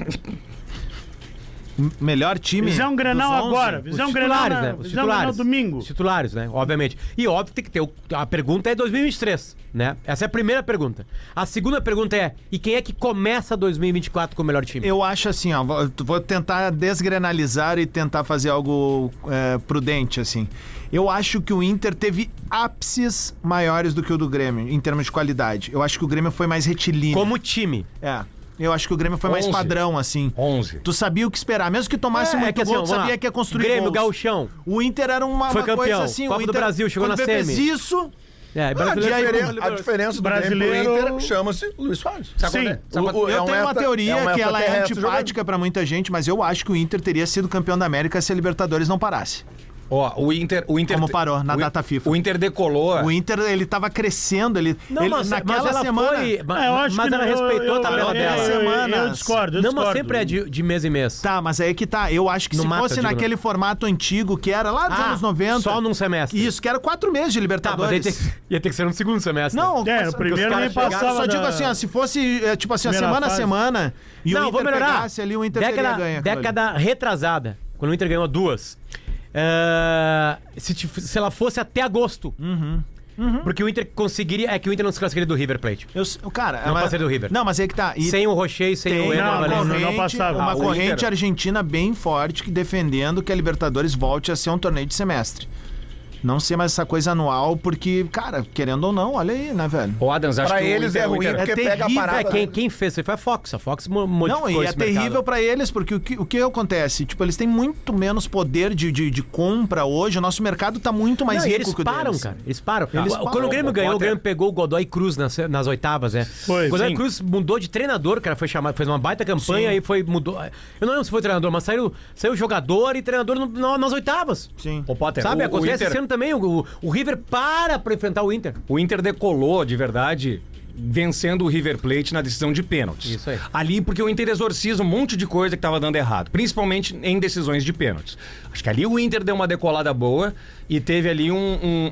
Speaker 2: melhor time.
Speaker 5: Fizer um Grenal
Speaker 2: dos 11.
Speaker 5: agora. Fizer um Grenal
Speaker 7: né?
Speaker 5: na-
Speaker 7: Os
Speaker 5: fizer um Grenal
Speaker 7: titulares.
Speaker 5: domingo.
Speaker 7: Os titulares, né? Obviamente. E óbvio que tem que ter. o- A pergunta é 2023, né? Essa é a primeira pergunta. A segunda pergunta é: e quem é que começa 2024 com o melhor time?
Speaker 2: Eu acho assim, ó, vou- vou tentar desgranalizar e tentar fazer algo é, prudente, assim. Eu acho que o Inter teve ápices maiores do que o do Grêmio, em termos de qualidade. Eu acho que o Grêmio foi mais retilíneo.
Speaker 7: Como time.
Speaker 2: É. Eu acho que o Grêmio foi mais
Speaker 6: 11.
Speaker 2: padrão, assim.
Speaker 6: 11.
Speaker 2: Tu sabia o que esperar. Mesmo que tomasse
Speaker 7: É,
Speaker 2: muito
Speaker 7: é que assim,
Speaker 2: gol,
Speaker 7: ó,
Speaker 2: tu
Speaker 7: vamos
Speaker 2: sabia
Speaker 7: lá.
Speaker 2: que ia construir
Speaker 7: Grêmio,
Speaker 2: gols.
Speaker 7: gauchão.
Speaker 2: O Inter era uma,
Speaker 7: Foi
Speaker 2: uma
Speaker 7: campeão.
Speaker 2: coisa assim. o
Speaker 7: Copa do
Speaker 2: Inter,
Speaker 7: Brasil, chegou
Speaker 2: quando
Speaker 7: na
Speaker 2: fez
Speaker 7: semi.
Speaker 2: isso...
Speaker 7: É,
Speaker 4: Ah, a,
Speaker 7: brasileiro-
Speaker 4: diferen- a diferença do
Speaker 5: Brasileiro-
Speaker 4: Grêmio pro Inter é chama-se Luiz Soares.
Speaker 5: Sim.
Speaker 4: Sabe
Speaker 2: O-
Speaker 4: qual é?
Speaker 2: eu
Speaker 4: É um
Speaker 2: tenho uma
Speaker 4: extra-
Speaker 2: teoria
Speaker 4: é um
Speaker 2: que ela é
Speaker 4: extraterrestre
Speaker 2: antipática pra muita gente, mas eu acho que o Inter teria sido campeão da América se a Libertadores não parasse.
Speaker 6: Ó, o Inter, o Inter
Speaker 2: Como parou na
Speaker 6: o,
Speaker 2: data FIFA.
Speaker 6: O Inter decolou.
Speaker 4: É.
Speaker 2: O Inter, ele tava crescendo, ele,
Speaker 7: Não,
Speaker 2: ele-
Speaker 7: mas,
Speaker 2: naquela
Speaker 7: mas ela
Speaker 2: semana...
Speaker 7: foi. Mas,
Speaker 5: Ah, eu acho
Speaker 7: mas
Speaker 5: que
Speaker 7: ela
Speaker 5: não, eu-
Speaker 7: respeitou
Speaker 5: eu-
Speaker 7: a tabela
Speaker 5: eu-
Speaker 7: dela.
Speaker 5: Eu, eu, eu
Speaker 2: Semanas.
Speaker 5: discordo, eu
Speaker 7: não,
Speaker 5: discordo.
Speaker 7: mas sempre é de, de mês em mês.
Speaker 2: Tá, mas aí que tá. Eu acho que
Speaker 7: No
Speaker 2: se
Speaker 7: mata,
Speaker 2: fosse
Speaker 7: eu digo,
Speaker 2: naquele
Speaker 7: né?
Speaker 2: formato antigo, que era lá dos
Speaker 7: Ah,
Speaker 2: anos 90...
Speaker 7: só num semestre.
Speaker 2: Isso, que era quatro meses de
Speaker 7: Tá, mas aí
Speaker 2: Libertadores.
Speaker 7: tem que- ia ter que ser no segundo semestre.
Speaker 2: Não,
Speaker 5: É,
Speaker 2: mas-
Speaker 5: o primeiro
Speaker 7: os
Speaker 5: nem
Speaker 7: caras chegaram,
Speaker 5: passava.
Speaker 2: Eu só digo
Speaker 5: da-
Speaker 2: assim, ó, se fosse, é, tipo assim, a
Speaker 5: Primeira
Speaker 2: semana a
Speaker 5: fase.
Speaker 2: semana, e
Speaker 7: não,
Speaker 2: o
Speaker 7: vou
Speaker 2: Inter
Speaker 7: melhorar.
Speaker 2: pegasse ali, o Inter
Speaker 7: década,
Speaker 2: teria ganho. aquilo ali.
Speaker 7: década retrasada, quando o Inter ganhou duas. É, se, tif- se ela fosse até agosto.
Speaker 2: Uhum.
Speaker 7: Porque o Inter conseguiria. É que o Inter não se classificaria do River Plate.
Speaker 2: Eu s- cara,
Speaker 7: Não
Speaker 2: mas-
Speaker 7: passaria do River.
Speaker 2: Não, mas aí que tá. E
Speaker 7: sem o Rocher, sem o
Speaker 2: tem
Speaker 7: Ener
Speaker 5: não,
Speaker 2: uma
Speaker 5: mas
Speaker 7: Valencia.
Speaker 5: não- não
Speaker 2: corrente,
Speaker 5: passava.
Speaker 2: uma
Speaker 5: Ah, o
Speaker 2: corrente
Speaker 6: Inter-
Speaker 2: argentina bem forte que defendendo que a Libertadores volte a ser um torneio de semestre. Não ser mais essa coisa anual, porque, cara, querendo ou não, olha aí, né, velho?
Speaker 6: O Adams, acho
Speaker 4: Pra
Speaker 6: que o
Speaker 4: eles
Speaker 6: Inter-
Speaker 4: é
Speaker 6: o
Speaker 4: ruim,
Speaker 6: Inter-
Speaker 4: porque
Speaker 2: É
Speaker 4: pega a
Speaker 2: terrível,
Speaker 4: parada.
Speaker 7: É, quem, quem fez isso foi a Fox. A Fox mo- modificou
Speaker 2: Não, e é
Speaker 7: esse
Speaker 2: terrível
Speaker 7: mercado.
Speaker 2: pra eles, porque o que, o que acontece? Tipo, eles têm muito menos poder de, de, de compra hoje, o nosso mercado tá muito mais
Speaker 7: Não, e
Speaker 2: rico
Speaker 7: eles
Speaker 2: que o
Speaker 7: param,
Speaker 2: deles.
Speaker 7: cara. Eles param.
Speaker 2: Eles
Speaker 7: Quando
Speaker 2: param.
Speaker 7: o Grêmio
Speaker 2: O
Speaker 7: ganhou, o
Speaker 2: Potter-
Speaker 7: Grêmio pegou o Godoy Cruz nas, nas oitavas, né?
Speaker 5: Foi,
Speaker 7: o Godoy
Speaker 5: sim.
Speaker 7: Cruz mudou de treinador, cara. Foi chamado, fez uma baita campanha e foi. Mudou. é, Eu não lembro se foi treinador, mas saiu, saiu jogador e treinador no- no- nas oitavas.
Speaker 2: Sim.
Speaker 6: Ô, Potter,
Speaker 7: Sabe,
Speaker 6: o- o
Speaker 7: acontece
Speaker 6: Inter-
Speaker 7: esse ano também. O, o- o River para pra enfrentar o Inter.
Speaker 6: O Inter decolou de verdade vencendo o River Plate na decisão de pênaltis.
Speaker 7: Isso aí.
Speaker 6: Ali porque o Inter exorciza um monte de coisa que estava dando errado, principalmente em decisões de pênaltis. Acho que ali o Inter deu uma decolada boa e teve ali um... um-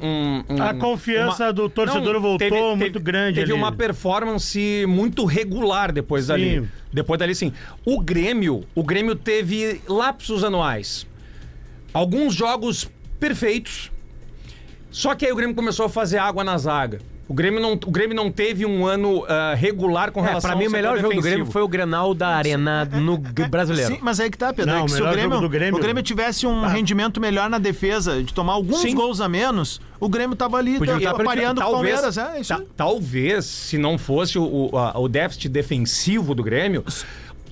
Speaker 6: um- um-
Speaker 5: A confiança
Speaker 6: uma-
Speaker 5: do torcedor voltou muito grande
Speaker 6: Teve
Speaker 5: ali.
Speaker 6: uma performance muito regular depois
Speaker 5: Sim.
Speaker 6: dali. Depois dali, sim. O Grêmio, o Grêmio teve lapsos anuais. Alguns jogos perfeitos, só que aí o Grêmio começou a fazer água na zaga. O Grêmio não, o Grêmio não teve um ano ah, regular com
Speaker 7: É,
Speaker 6: relação
Speaker 7: pra mim,
Speaker 6: ao
Speaker 7: o melhor
Speaker 6: setor
Speaker 7: jogo do Grêmio
Speaker 6: defensivo.
Speaker 7: foi o Grenal da Arena no G- Brasileiro.
Speaker 2: Sim, mas aí que tá, Pedro.
Speaker 5: Não,
Speaker 2: é que
Speaker 5: o
Speaker 2: se o
Speaker 5: melhor
Speaker 2: Grêmio,
Speaker 5: jogo do Grêmio-
Speaker 2: o Grêmio tivesse um rendimento melhor na defesa, de tomar alguns
Speaker 6: Sim.
Speaker 2: gols a menos, o Grêmio tava ali
Speaker 7: Podia
Speaker 2: tá,
Speaker 7: botar pra-
Speaker 2: pareando com o
Speaker 6: Talvez- tá
Speaker 2: Palmeiras. É, isso
Speaker 6: ta-
Speaker 2: aí.
Speaker 6: Talvez, se não fosse o, o, a- o déficit defensivo do Grêmio,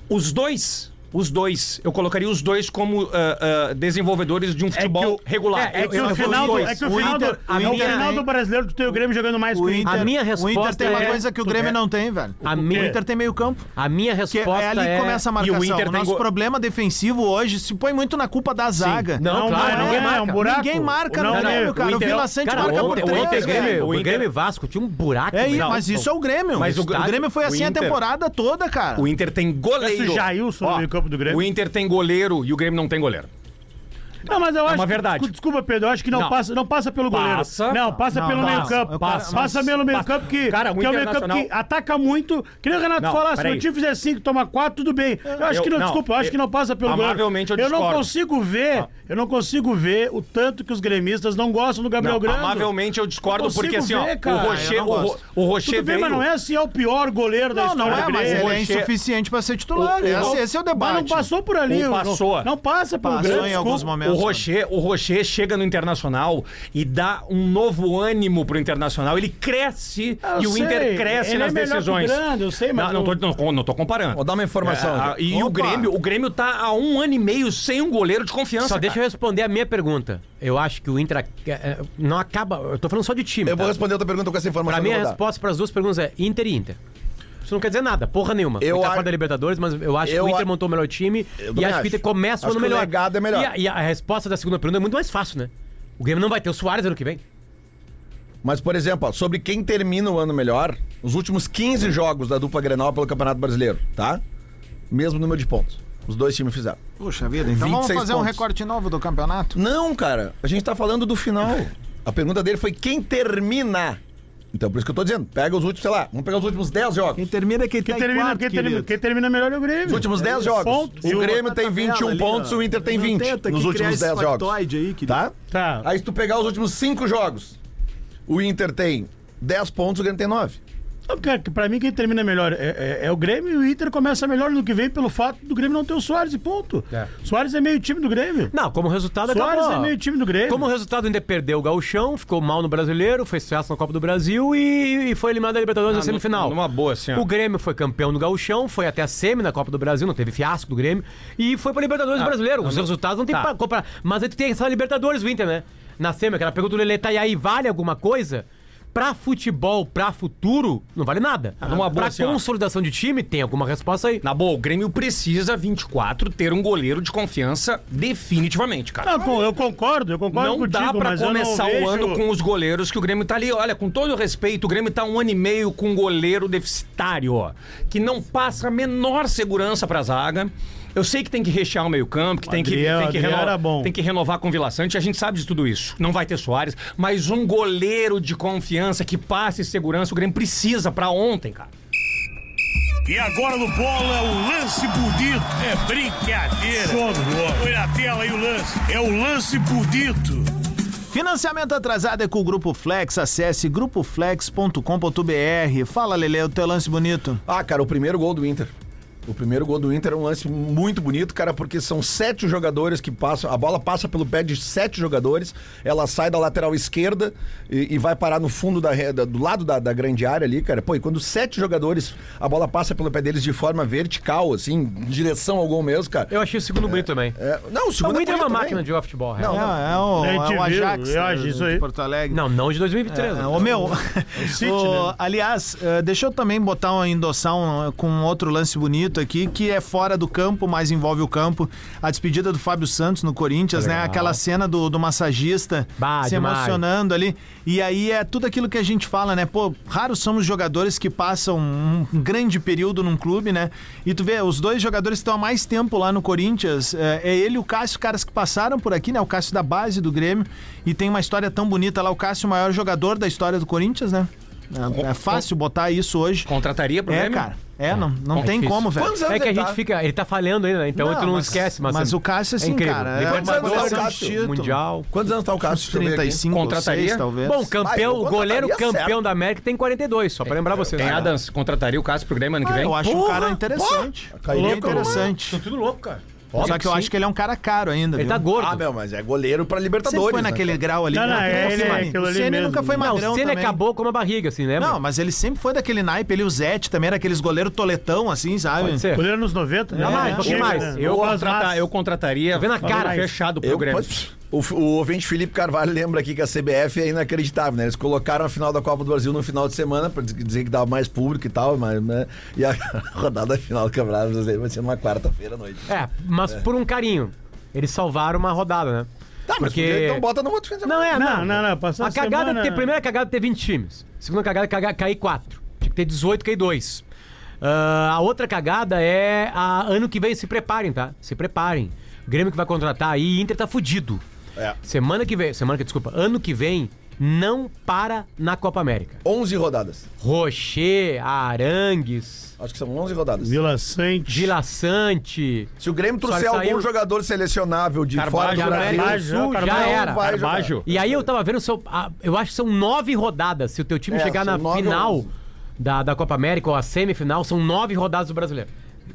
Speaker 6: os dois. Os dois. Eu colocaria os dois como ah, ah, desenvolvedores de um futebol
Speaker 5: que o-
Speaker 6: regular.
Speaker 5: É que
Speaker 7: Eu-
Speaker 5: o
Speaker 7: eu vou
Speaker 5: final do,
Speaker 7: dois.
Speaker 5: é que o
Speaker 2: O
Speaker 5: final do,
Speaker 2: Inter-
Speaker 5: é o
Speaker 2: o Inter-
Speaker 5: final do brasileiro tu tem o Grêmio jogando mais
Speaker 2: O
Speaker 5: que o Inter.
Speaker 2: Inter-
Speaker 7: minha
Speaker 2: O Inter
Speaker 7: resposta
Speaker 2: tem uma
Speaker 7: é-
Speaker 2: coisa que o Grêmio não tem, velho.
Speaker 7: A
Speaker 2: O
Speaker 7: minha-
Speaker 2: Inter tem meio campo.
Speaker 7: A minha
Speaker 2: Que é,
Speaker 7: resposta é...
Speaker 2: ali que começa a marcação.
Speaker 6: e
Speaker 2: o,
Speaker 6: o Inter tem
Speaker 2: nosso
Speaker 6: go-
Speaker 2: problema defensivo hoje se põe muito na culpa da zaga.
Speaker 5: Não,
Speaker 7: Não, claro,
Speaker 5: não
Speaker 7: ninguém
Speaker 5: é, é um
Speaker 7: marca.
Speaker 5: buraco.
Speaker 2: Ninguém marca
Speaker 5: Não,
Speaker 2: no
Speaker 5: não,
Speaker 2: Grêmio,
Speaker 5: o
Speaker 2: cara. O é
Speaker 7: Inter-
Speaker 2: Vila Sante
Speaker 7: cara,
Speaker 2: marca por
Speaker 7: ontem,
Speaker 2: três,
Speaker 7: ontem o
Speaker 2: velho.
Speaker 7: Grêmio,
Speaker 6: O
Speaker 7: o
Speaker 6: Inter-
Speaker 7: Grêmio e Vasco tinha um buraco.
Speaker 2: É,
Speaker 7: no
Speaker 2: e-
Speaker 7: Grenal.
Speaker 2: mas isso é o Grêmio.
Speaker 6: Mas
Speaker 2: o,
Speaker 6: o-
Speaker 2: Grêmio foi
Speaker 6: o
Speaker 2: assim a
Speaker 6: Inter-
Speaker 2: temporada toda, cara.
Speaker 6: O Inter tem goleiro.
Speaker 5: Parece o Jailson no meio-campo do Grêmio.
Speaker 6: O Inter tem goleiro e o Grêmio não tem goleiro.
Speaker 5: Não, mas eu acho.
Speaker 6: uma verdade.
Speaker 5: que- Desculpa, Pedro, eu acho que não,
Speaker 6: Não.
Speaker 5: Passa, não passa pelo goleiro.
Speaker 6: Passa.
Speaker 5: Não, passa
Speaker 6: Não,
Speaker 5: pelo
Speaker 6: passa.
Speaker 5: meio-campo. Passa,
Speaker 6: Passa.
Speaker 5: pelo meio-campo
Speaker 6: Passa.
Speaker 5: que,
Speaker 6: Cara, o
Speaker 5: que é o meio-campo
Speaker 6: Internacional-
Speaker 5: que ataca muito. Que nem o Renato
Speaker 6: Não,
Speaker 5: falasse, se
Speaker 6: peraí.
Speaker 5: o time fizer 5, toma 4, tudo bem. Eu acho
Speaker 6: Eu-
Speaker 5: que não,
Speaker 6: não,
Speaker 5: desculpa, eu acho
Speaker 6: eu-
Speaker 5: que não passa pelo goleiro.
Speaker 6: amavelmente eu
Speaker 5: não
Speaker 6: discordo.
Speaker 5: consigo ver, eu não consigo ver o tanto que os gremistas não gostam do Gabriel
Speaker 6: Não,
Speaker 5: Grando.
Speaker 6: amavelmente eu discordo,
Speaker 5: Não
Speaker 6: porque
Speaker 5: consigo
Speaker 6: assim, ó,
Speaker 5: ver,
Speaker 6: o
Speaker 5: cara.
Speaker 6: Rocher-
Speaker 5: Eu não
Speaker 6: o Ro-
Speaker 5: gosto.
Speaker 6: o Rocher
Speaker 5: Tudo bem, mas
Speaker 6: veio-
Speaker 5: não é assim, é o pior goleiro da
Speaker 2: Não, não
Speaker 5: história
Speaker 2: é,
Speaker 5: do
Speaker 2: mas ele
Speaker 5: Grêmio.
Speaker 2: é insuficiente pra ser titular.
Speaker 6: O- o-
Speaker 2: esse, esse é o debate.
Speaker 5: Mas não passou por ali.
Speaker 6: O
Speaker 5: não-
Speaker 6: passou.
Speaker 5: Não, passa pelo
Speaker 2: Passou
Speaker 5: Grêmio.
Speaker 2: em alguns
Speaker 5: desculpa.
Speaker 2: momentos.
Speaker 6: O Rocher, o Rocher chega no Internacional e dá um novo ânimo pro Internacional. Ele cresce
Speaker 2: Ah,
Speaker 5: Ah, Eu
Speaker 6: e o
Speaker 5: sei,
Speaker 6: Inter cresce
Speaker 5: ele é
Speaker 6: nas
Speaker 5: melhor que o
Speaker 6: decisões.
Speaker 5: Grande, eu sei, mas
Speaker 6: não, não, tô,
Speaker 5: o-
Speaker 6: não, não tô comparando.
Speaker 4: Vou dar uma informação.
Speaker 6: É, a-
Speaker 4: aqui.
Speaker 6: e o Grêmio, o Grêmio tá há um ano e meio sem um goleiro de confiança.
Speaker 7: Só deixa eu
Speaker 6: cara.
Speaker 7: responder a minha pergunta. Eu acho que o Inter é, é, não acaba. Eu tô falando só de time.
Speaker 4: Eu vou
Speaker 7: tá?
Speaker 4: responder outra pergunta com essa informação. que
Speaker 7: Pra
Speaker 2: é
Speaker 4: eu
Speaker 7: mim, a
Speaker 4: vou dar.
Speaker 7: resposta para as duas perguntas é Inter e Inter. Isso não quer dizer nada, porra nenhuma.
Speaker 4: Eu
Speaker 7: o Inter
Speaker 4: a-
Speaker 7: tá fora da Libertadores, mas eu acho
Speaker 4: eu
Speaker 7: que o Inter
Speaker 4: a-
Speaker 7: montou o melhor time
Speaker 4: também
Speaker 7: e acho que o Inter
Speaker 4: acho.
Speaker 7: começa o
Speaker 4: Acho
Speaker 7: ano
Speaker 4: que o
Speaker 7: melhor.
Speaker 4: legado é melhor.
Speaker 7: E a, e a resposta da segunda pergunta é muito mais fácil, né? O Grêmio não vai ter o Soares ano que vem.
Speaker 4: Mas, por exemplo, ó, sobre quem termina o ano melhor, os últimos 15 jogos da dupla Grenal pelo Campeonato Brasileiro, tá? Mesmo número de pontos. Os dois times fizeram.
Speaker 2: Puxa vida, então vamos
Speaker 4: 26
Speaker 2: fazer um
Speaker 4: pontos.
Speaker 2: recorte novo do campeonato?
Speaker 4: Não, cara, a gente tá falando do final. A pergunta dele foi quem termina. Então, por isso que eu tô dizendo, pega os últimos, sei lá, vamos pegar os últimos 10 jogos.
Speaker 2: Quem termina é quem,
Speaker 5: Quem
Speaker 2: tá
Speaker 5: termina,
Speaker 2: em quarto,
Speaker 5: quem termina,
Speaker 2: querido.
Speaker 5: quem termina melhor é o Grêmio.
Speaker 4: Os últimos 10 jogos.
Speaker 5: pontos.
Speaker 4: O
Speaker 5: E o-
Speaker 4: Grêmio tem
Speaker 2: tabela
Speaker 4: 21
Speaker 2: tá ali,
Speaker 4: pontos,
Speaker 2: ó.
Speaker 4: o Inter tem
Speaker 2: Não
Speaker 4: 20
Speaker 2: tenta
Speaker 4: nos
Speaker 2: que criar
Speaker 4: últimos
Speaker 2: esse
Speaker 4: 10 jogos.
Speaker 2: factoide aí, querido.
Speaker 4: Tá?
Speaker 5: Tá.
Speaker 4: Aí se tu pegar os últimos 5 jogos, o Inter tem 10 pontos, o Grêmio tem 9.
Speaker 5: Não, cara, Então, que Pra mim, quem termina melhor é, é- é o Grêmio e o Inter começa melhor no que vem pelo fato do Grêmio não ter o Soares e ponto. Soares é meio time do Grêmio.
Speaker 7: Não, como
Speaker 6: Tá
Speaker 7: resultado
Speaker 5: Soares
Speaker 7: acabou.
Speaker 5: é meio time do Grêmio.
Speaker 7: Como resultado, o Inter perdeu o Gauchão, ficou mal no Brasileiro, foi sucesso na Copa do Brasil e, e foi eliminado da Libertadores na semifinal.
Speaker 6: Ah, Numa boa, assim, ó.
Speaker 7: O Grêmio foi campeão do Gauchão, foi até a semi na Copa do Brasil, não teve fiasco do Grêmio, e foi pra Libertadores brasileiro. Os resultados não tem
Speaker 6: Ah, tá.
Speaker 7: pra comparar. Mas aí tu tem essa Libertadores, o Inter, né? Na semi, aquela pergunta do Lelê, tá, e aí vale alguma coisa? Pra futebol, pra futuro, não vale nada.
Speaker 6: numa boa,
Speaker 7: pra
Speaker 6: assim, ó.
Speaker 7: consolidação de time, tem alguma resposta aí.
Speaker 6: Na boa, o Grêmio precisa, 24, ter um goleiro de confiança definitivamente, cara.
Speaker 5: Não, com- eu concordo, eu concordo
Speaker 6: Não
Speaker 5: contigo,
Speaker 6: dá pra
Speaker 5: mas eu não
Speaker 6: começar o
Speaker 5: vejo-
Speaker 6: ano com os goleiros que o Grêmio tá ali. Olha, com todo o respeito, o Grêmio tá um ano e meio com um goleiro deficitário, ó, que né? não passa a menor segurança pra zaga. Eu sei que tem que rechear o meio-campo, que tem que,
Speaker 5: Adriano-
Speaker 6: tem, que
Speaker 5: Adriano era
Speaker 6: renovar,
Speaker 5: bom.
Speaker 6: tem que renovar com o Vila Sante, a gente sabe de tudo isso. Não vai ter Soares, mas um goleiro de confiança que passe segurança, o Grêmio precisa pra ontem, cara.
Speaker 3: E agora no bola é o lance bonito. É brincadeira. Foi na tela aí o lance. É o lance bonito.
Speaker 2: Financiamento atrasado é com o Grupo Flex. Acesse grupoflex.com.br. Fala, Lele, o teu lance bonito.
Speaker 4: Ah, cara, o primeiro gol do Inter. O primeiro gol do Inter é um lance muito bonito, cara, porque são sete jogadores que passam. A bola passa pelo pé de sete jogadores, ela sai da lateral esquerda e, e vai parar no fundo da rede, do lado da, da grande área ali, cara. Pô, e quando sete jogadores, a bola passa pelo pé deles de forma vertical, assim, em direção ao gol mesmo, cara.
Speaker 7: Eu achei o segundo bonito também.
Speaker 4: É, não, o segundo
Speaker 7: O Inter é
Speaker 4: bonito
Speaker 7: uma
Speaker 4: também.
Speaker 7: máquina de jogar futebol,
Speaker 4: Não,
Speaker 7: real.
Speaker 4: não.
Speaker 2: É, é o,
Speaker 5: A gente
Speaker 2: é o
Speaker 5: viu,
Speaker 2: Ajax
Speaker 5: eu acho
Speaker 2: né,
Speaker 5: isso
Speaker 2: de
Speaker 5: aí.
Speaker 2: Porto Alegre.
Speaker 7: Não, não de 2023.
Speaker 2: É,
Speaker 7: né?
Speaker 2: o meu.
Speaker 5: City,
Speaker 2: O-
Speaker 5: né?
Speaker 2: Aliás, eh, deixa eu também botar uma endoção eh, com outro lance bonito aqui, que é fora do campo, mas envolve o campo. A despedida do Fábio Santos no Corinthians, né?
Speaker 7: Legal.
Speaker 2: Aquela cena do, do massagista
Speaker 7: Bah,
Speaker 2: se
Speaker 7: demais.
Speaker 2: emocionando ali. E aí é tudo aquilo que a gente fala, né? Pô, raros são os jogadores que passam um grande período num clube, né? E tu vê, os dois jogadores que estão há mais tempo lá no Corinthians, eh, é ele e o Cássio, caras que passaram por aqui, né? O Cássio da base do Grêmio. E tem uma história tão bonita lá. O Cássio, é o maior jogador da história do Corinthians, né? É, é fácil botar isso hoje.
Speaker 6: Contrataria pro
Speaker 2: É,
Speaker 6: Grêmio?
Speaker 2: cara. É, não, não
Speaker 7: É
Speaker 2: tem
Speaker 7: difícil.
Speaker 2: como, velho.
Speaker 4: Quantos anos
Speaker 7: É que a
Speaker 4: ele
Speaker 7: gente
Speaker 4: tá?
Speaker 7: fica. Ele tá falhando ainda, né? Então
Speaker 2: Não,
Speaker 7: tu não
Speaker 2: mas-
Speaker 7: esquece, mas.
Speaker 2: mas o Cássio, assim,
Speaker 7: incrível.
Speaker 2: cara, é-
Speaker 7: Recordador
Speaker 4: Quantos anos é o
Speaker 7: do
Speaker 4: Cássio?
Speaker 7: Mundial.
Speaker 4: Quantos anos tá o Cássio? Deixa eu ver aqui.
Speaker 2: 35,
Speaker 6: Contrataria?
Speaker 2: 6, talvez.
Speaker 7: Bom,
Speaker 4: Vai, eu
Speaker 7: campeão,
Speaker 4: contrataria
Speaker 7: goleiro
Speaker 4: certo.
Speaker 7: campeão da América tem 42, só pra lembrar você. né?
Speaker 6: Tem Adams, contrataria o Cássio pro Grêmio ano que vem?
Speaker 2: eu acho um
Speaker 7: Porra,
Speaker 2: cara interessante.
Speaker 4: Cairia
Speaker 2: Louco,
Speaker 4: como-
Speaker 2: é interessante.
Speaker 6: tudo louco, cara.
Speaker 2: Só que eu acho que ele é um cara caro ainda,
Speaker 7: Ele
Speaker 2: viu?
Speaker 7: tá gordo. tá
Speaker 4: Ah, meu, mas é goleiro pra Libertadores.
Speaker 2: Sempre foi
Speaker 4: né,
Speaker 2: naquele
Speaker 4: cara?
Speaker 2: grau ali.
Speaker 5: Não, não,
Speaker 2: naquele
Speaker 5: é, ele é
Speaker 2: naipe.
Speaker 5: aquilo
Speaker 2: o
Speaker 5: ali
Speaker 2: Ceni
Speaker 5: mesmo.
Speaker 2: nunca foi
Speaker 7: não,
Speaker 2: magrão
Speaker 7: o Senna é
Speaker 2: também.
Speaker 7: acabou com uma barriga, assim, lembra?
Speaker 2: Não, mas ele sempre foi daquele naipe. Ele e o Zete também era aqueles goleiros toletão, assim, sabe?
Speaker 7: Pode ser.
Speaker 5: Goleiro nos 90, né?
Speaker 7: Dá mais,
Speaker 5: É,
Speaker 7: um pouquinho
Speaker 5: chega,
Speaker 7: mais.
Speaker 5: né?
Speaker 6: Eu,
Speaker 5: Ou as
Speaker 6: contratar,
Speaker 5: massas.
Speaker 6: eu contrataria.
Speaker 7: Vendo a cara.
Speaker 6: Mas- é fechado pro
Speaker 4: Eu,
Speaker 6: Grêmio.
Speaker 4: pois, o, o ouvinte Felipe Carvalho lembra aqui que a CBF é inacreditável, né? Eles colocaram a final da Copa do Brasil no final de semana, pra diz- dizer que dava mais público e tal, mas, né? e a rodada final do Campeonato Brasileiro vai ser numa quarta-feira à noite.
Speaker 7: É, mas por um carinho. Eles salvaram uma rodada, né?
Speaker 4: Tá, mas
Speaker 7: Porque-
Speaker 4: podia, então bota no outro fim de semana.
Speaker 7: Não, é,
Speaker 5: Não, não, não, passou
Speaker 7: a
Speaker 5: a
Speaker 7: cagada
Speaker 5: semana-
Speaker 7: é ter, primeira cagada é ter 20 times. Segunda cagada é cagar, cair 4. Tinha que ter 18, cair Ah, 2. a outra cagada é a ano que vem se preparem, tá? Se preparem. Grêmio que vai contratar aí, Inter tá fudido.
Speaker 4: É.
Speaker 7: Semana que vem, semana que, desculpa, ano que vem, não para na Copa América.
Speaker 4: 11 rodadas.
Speaker 7: Rocher, Arangues,
Speaker 4: Acho que são 11 rodadas.
Speaker 5: Vila Sante.
Speaker 7: Dilaçante.
Speaker 4: Se o Grêmio trouxer
Speaker 7: Só
Speaker 4: algum
Speaker 7: saiu-
Speaker 4: jogador selecionável de fora
Speaker 7: Carvalho,
Speaker 4: do Brasil,
Speaker 7: América do Sul,
Speaker 4: não
Speaker 7: já era.
Speaker 4: vai jogar.
Speaker 6: Carvalho.
Speaker 7: E aí eu tava vendo, são- ah, eu acho que são nove rodadas. Se o teu time
Speaker 4: É,
Speaker 7: chegar
Speaker 4: são
Speaker 7: na
Speaker 4: nove ou
Speaker 7: final
Speaker 4: onze.
Speaker 7: da, da Copa América ou a semifinal, são nove rodadas do brasileiro.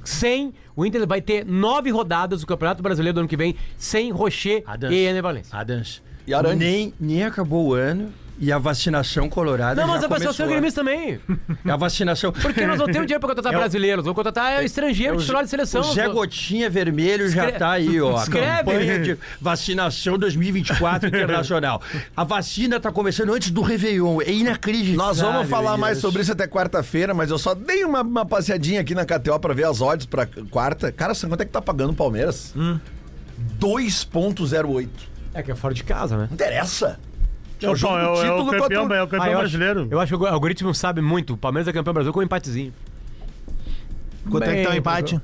Speaker 7: Sem, o Inter vai ter nove rodadas do Campeonato Brasileiro do ano que vem, sem Rocher
Speaker 11: Adams.
Speaker 7: e Ener Valencia.
Speaker 11: Adams.
Speaker 4: E Arangues.
Speaker 11: Nem, nem acabou o ano e a vacinação colorada.
Speaker 7: Não,
Speaker 11: já
Speaker 7: mas a pessoa
Speaker 11: começou.
Speaker 7: ser gremista também.
Speaker 11: É a vacinação.
Speaker 7: Porque nós não temos dinheiro pra contratar
Speaker 11: É o-
Speaker 7: brasileiros, vamos contratar estrangeiro, titular de seleção.
Speaker 11: O é Zé Gotinha Vermelho já
Speaker 7: Escre-
Speaker 11: tá aí, ó. A
Speaker 7: Escreve.
Speaker 11: campanha de vacinação 2024 internacional. A vacina tá começando antes do Réveillon. É inacreditável.
Speaker 4: Nós vamos falar mais sobre isso até quarta-feira, mas eu só dei uma, uma passeadinha aqui na KTO pra ver as odds pra quarta. Cara, sabe quanto é que tá pagando o Palmeiras?
Speaker 5: Hum.
Speaker 4: 2.08.
Speaker 7: É que é fora de casa, né?
Speaker 4: Não interessa.
Speaker 5: É o,
Speaker 4: jogo do
Speaker 5: é o
Speaker 4: título
Speaker 5: campeão,
Speaker 4: contra o-
Speaker 5: é o campeão
Speaker 7: Ah, eu acho-
Speaker 5: brasileiro.
Speaker 7: Eu acho que o algoritmo sabe muito. O Palmeiras é campeão brasileiro com um empatezinho.
Speaker 2: Quanto é que tá o
Speaker 7: Bem,
Speaker 2: empate?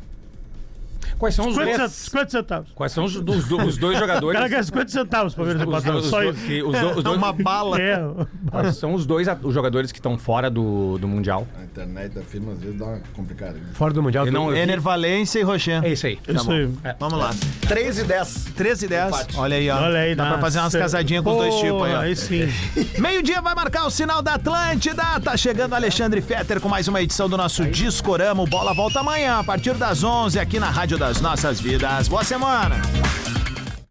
Speaker 6: Quais são os
Speaker 5: 50, cent-
Speaker 6: dois?
Speaker 5: 50 centavos.
Speaker 6: Quais são os, do- os do- os dois
Speaker 5: O
Speaker 6: jogadores?
Speaker 5: cara ganha 50 centavos pra ver
Speaker 6: Os-
Speaker 5: o
Speaker 6: os-
Speaker 5: empatado.
Speaker 6: os-
Speaker 5: Só
Speaker 6: os-
Speaker 5: isso.
Speaker 6: que- os do- os dois-
Speaker 2: Uma bala.
Speaker 5: É.
Speaker 6: Quais são os dois a- os jogadores que estão fora do, do Mundial?
Speaker 4: A internet da firma às vezes dá uma complicada.
Speaker 7: Fora do Mundial.
Speaker 6: Eu
Speaker 7: tu-
Speaker 6: não-
Speaker 2: Ener Valência e Rocher.
Speaker 6: É isso aí.
Speaker 5: Isso aí.
Speaker 2: Vamos lá.
Speaker 4: 3 e 10.
Speaker 2: 13 e 10.
Speaker 4: Empate.
Speaker 2: Olha aí, ó.
Speaker 5: Olha aí,
Speaker 2: Dá pra fazer umas casadinhas com os dois tipos aí, ó.
Speaker 5: Aí sim.
Speaker 2: Meio-dia vai marcar o sinal da Atlântida. Tá chegando Alexandre Fetter com mais uma edição do nosso Discorama. O Bola volta amanhã, a partir das 11, aqui na Rádio das Nossas Vidas. Boa semana!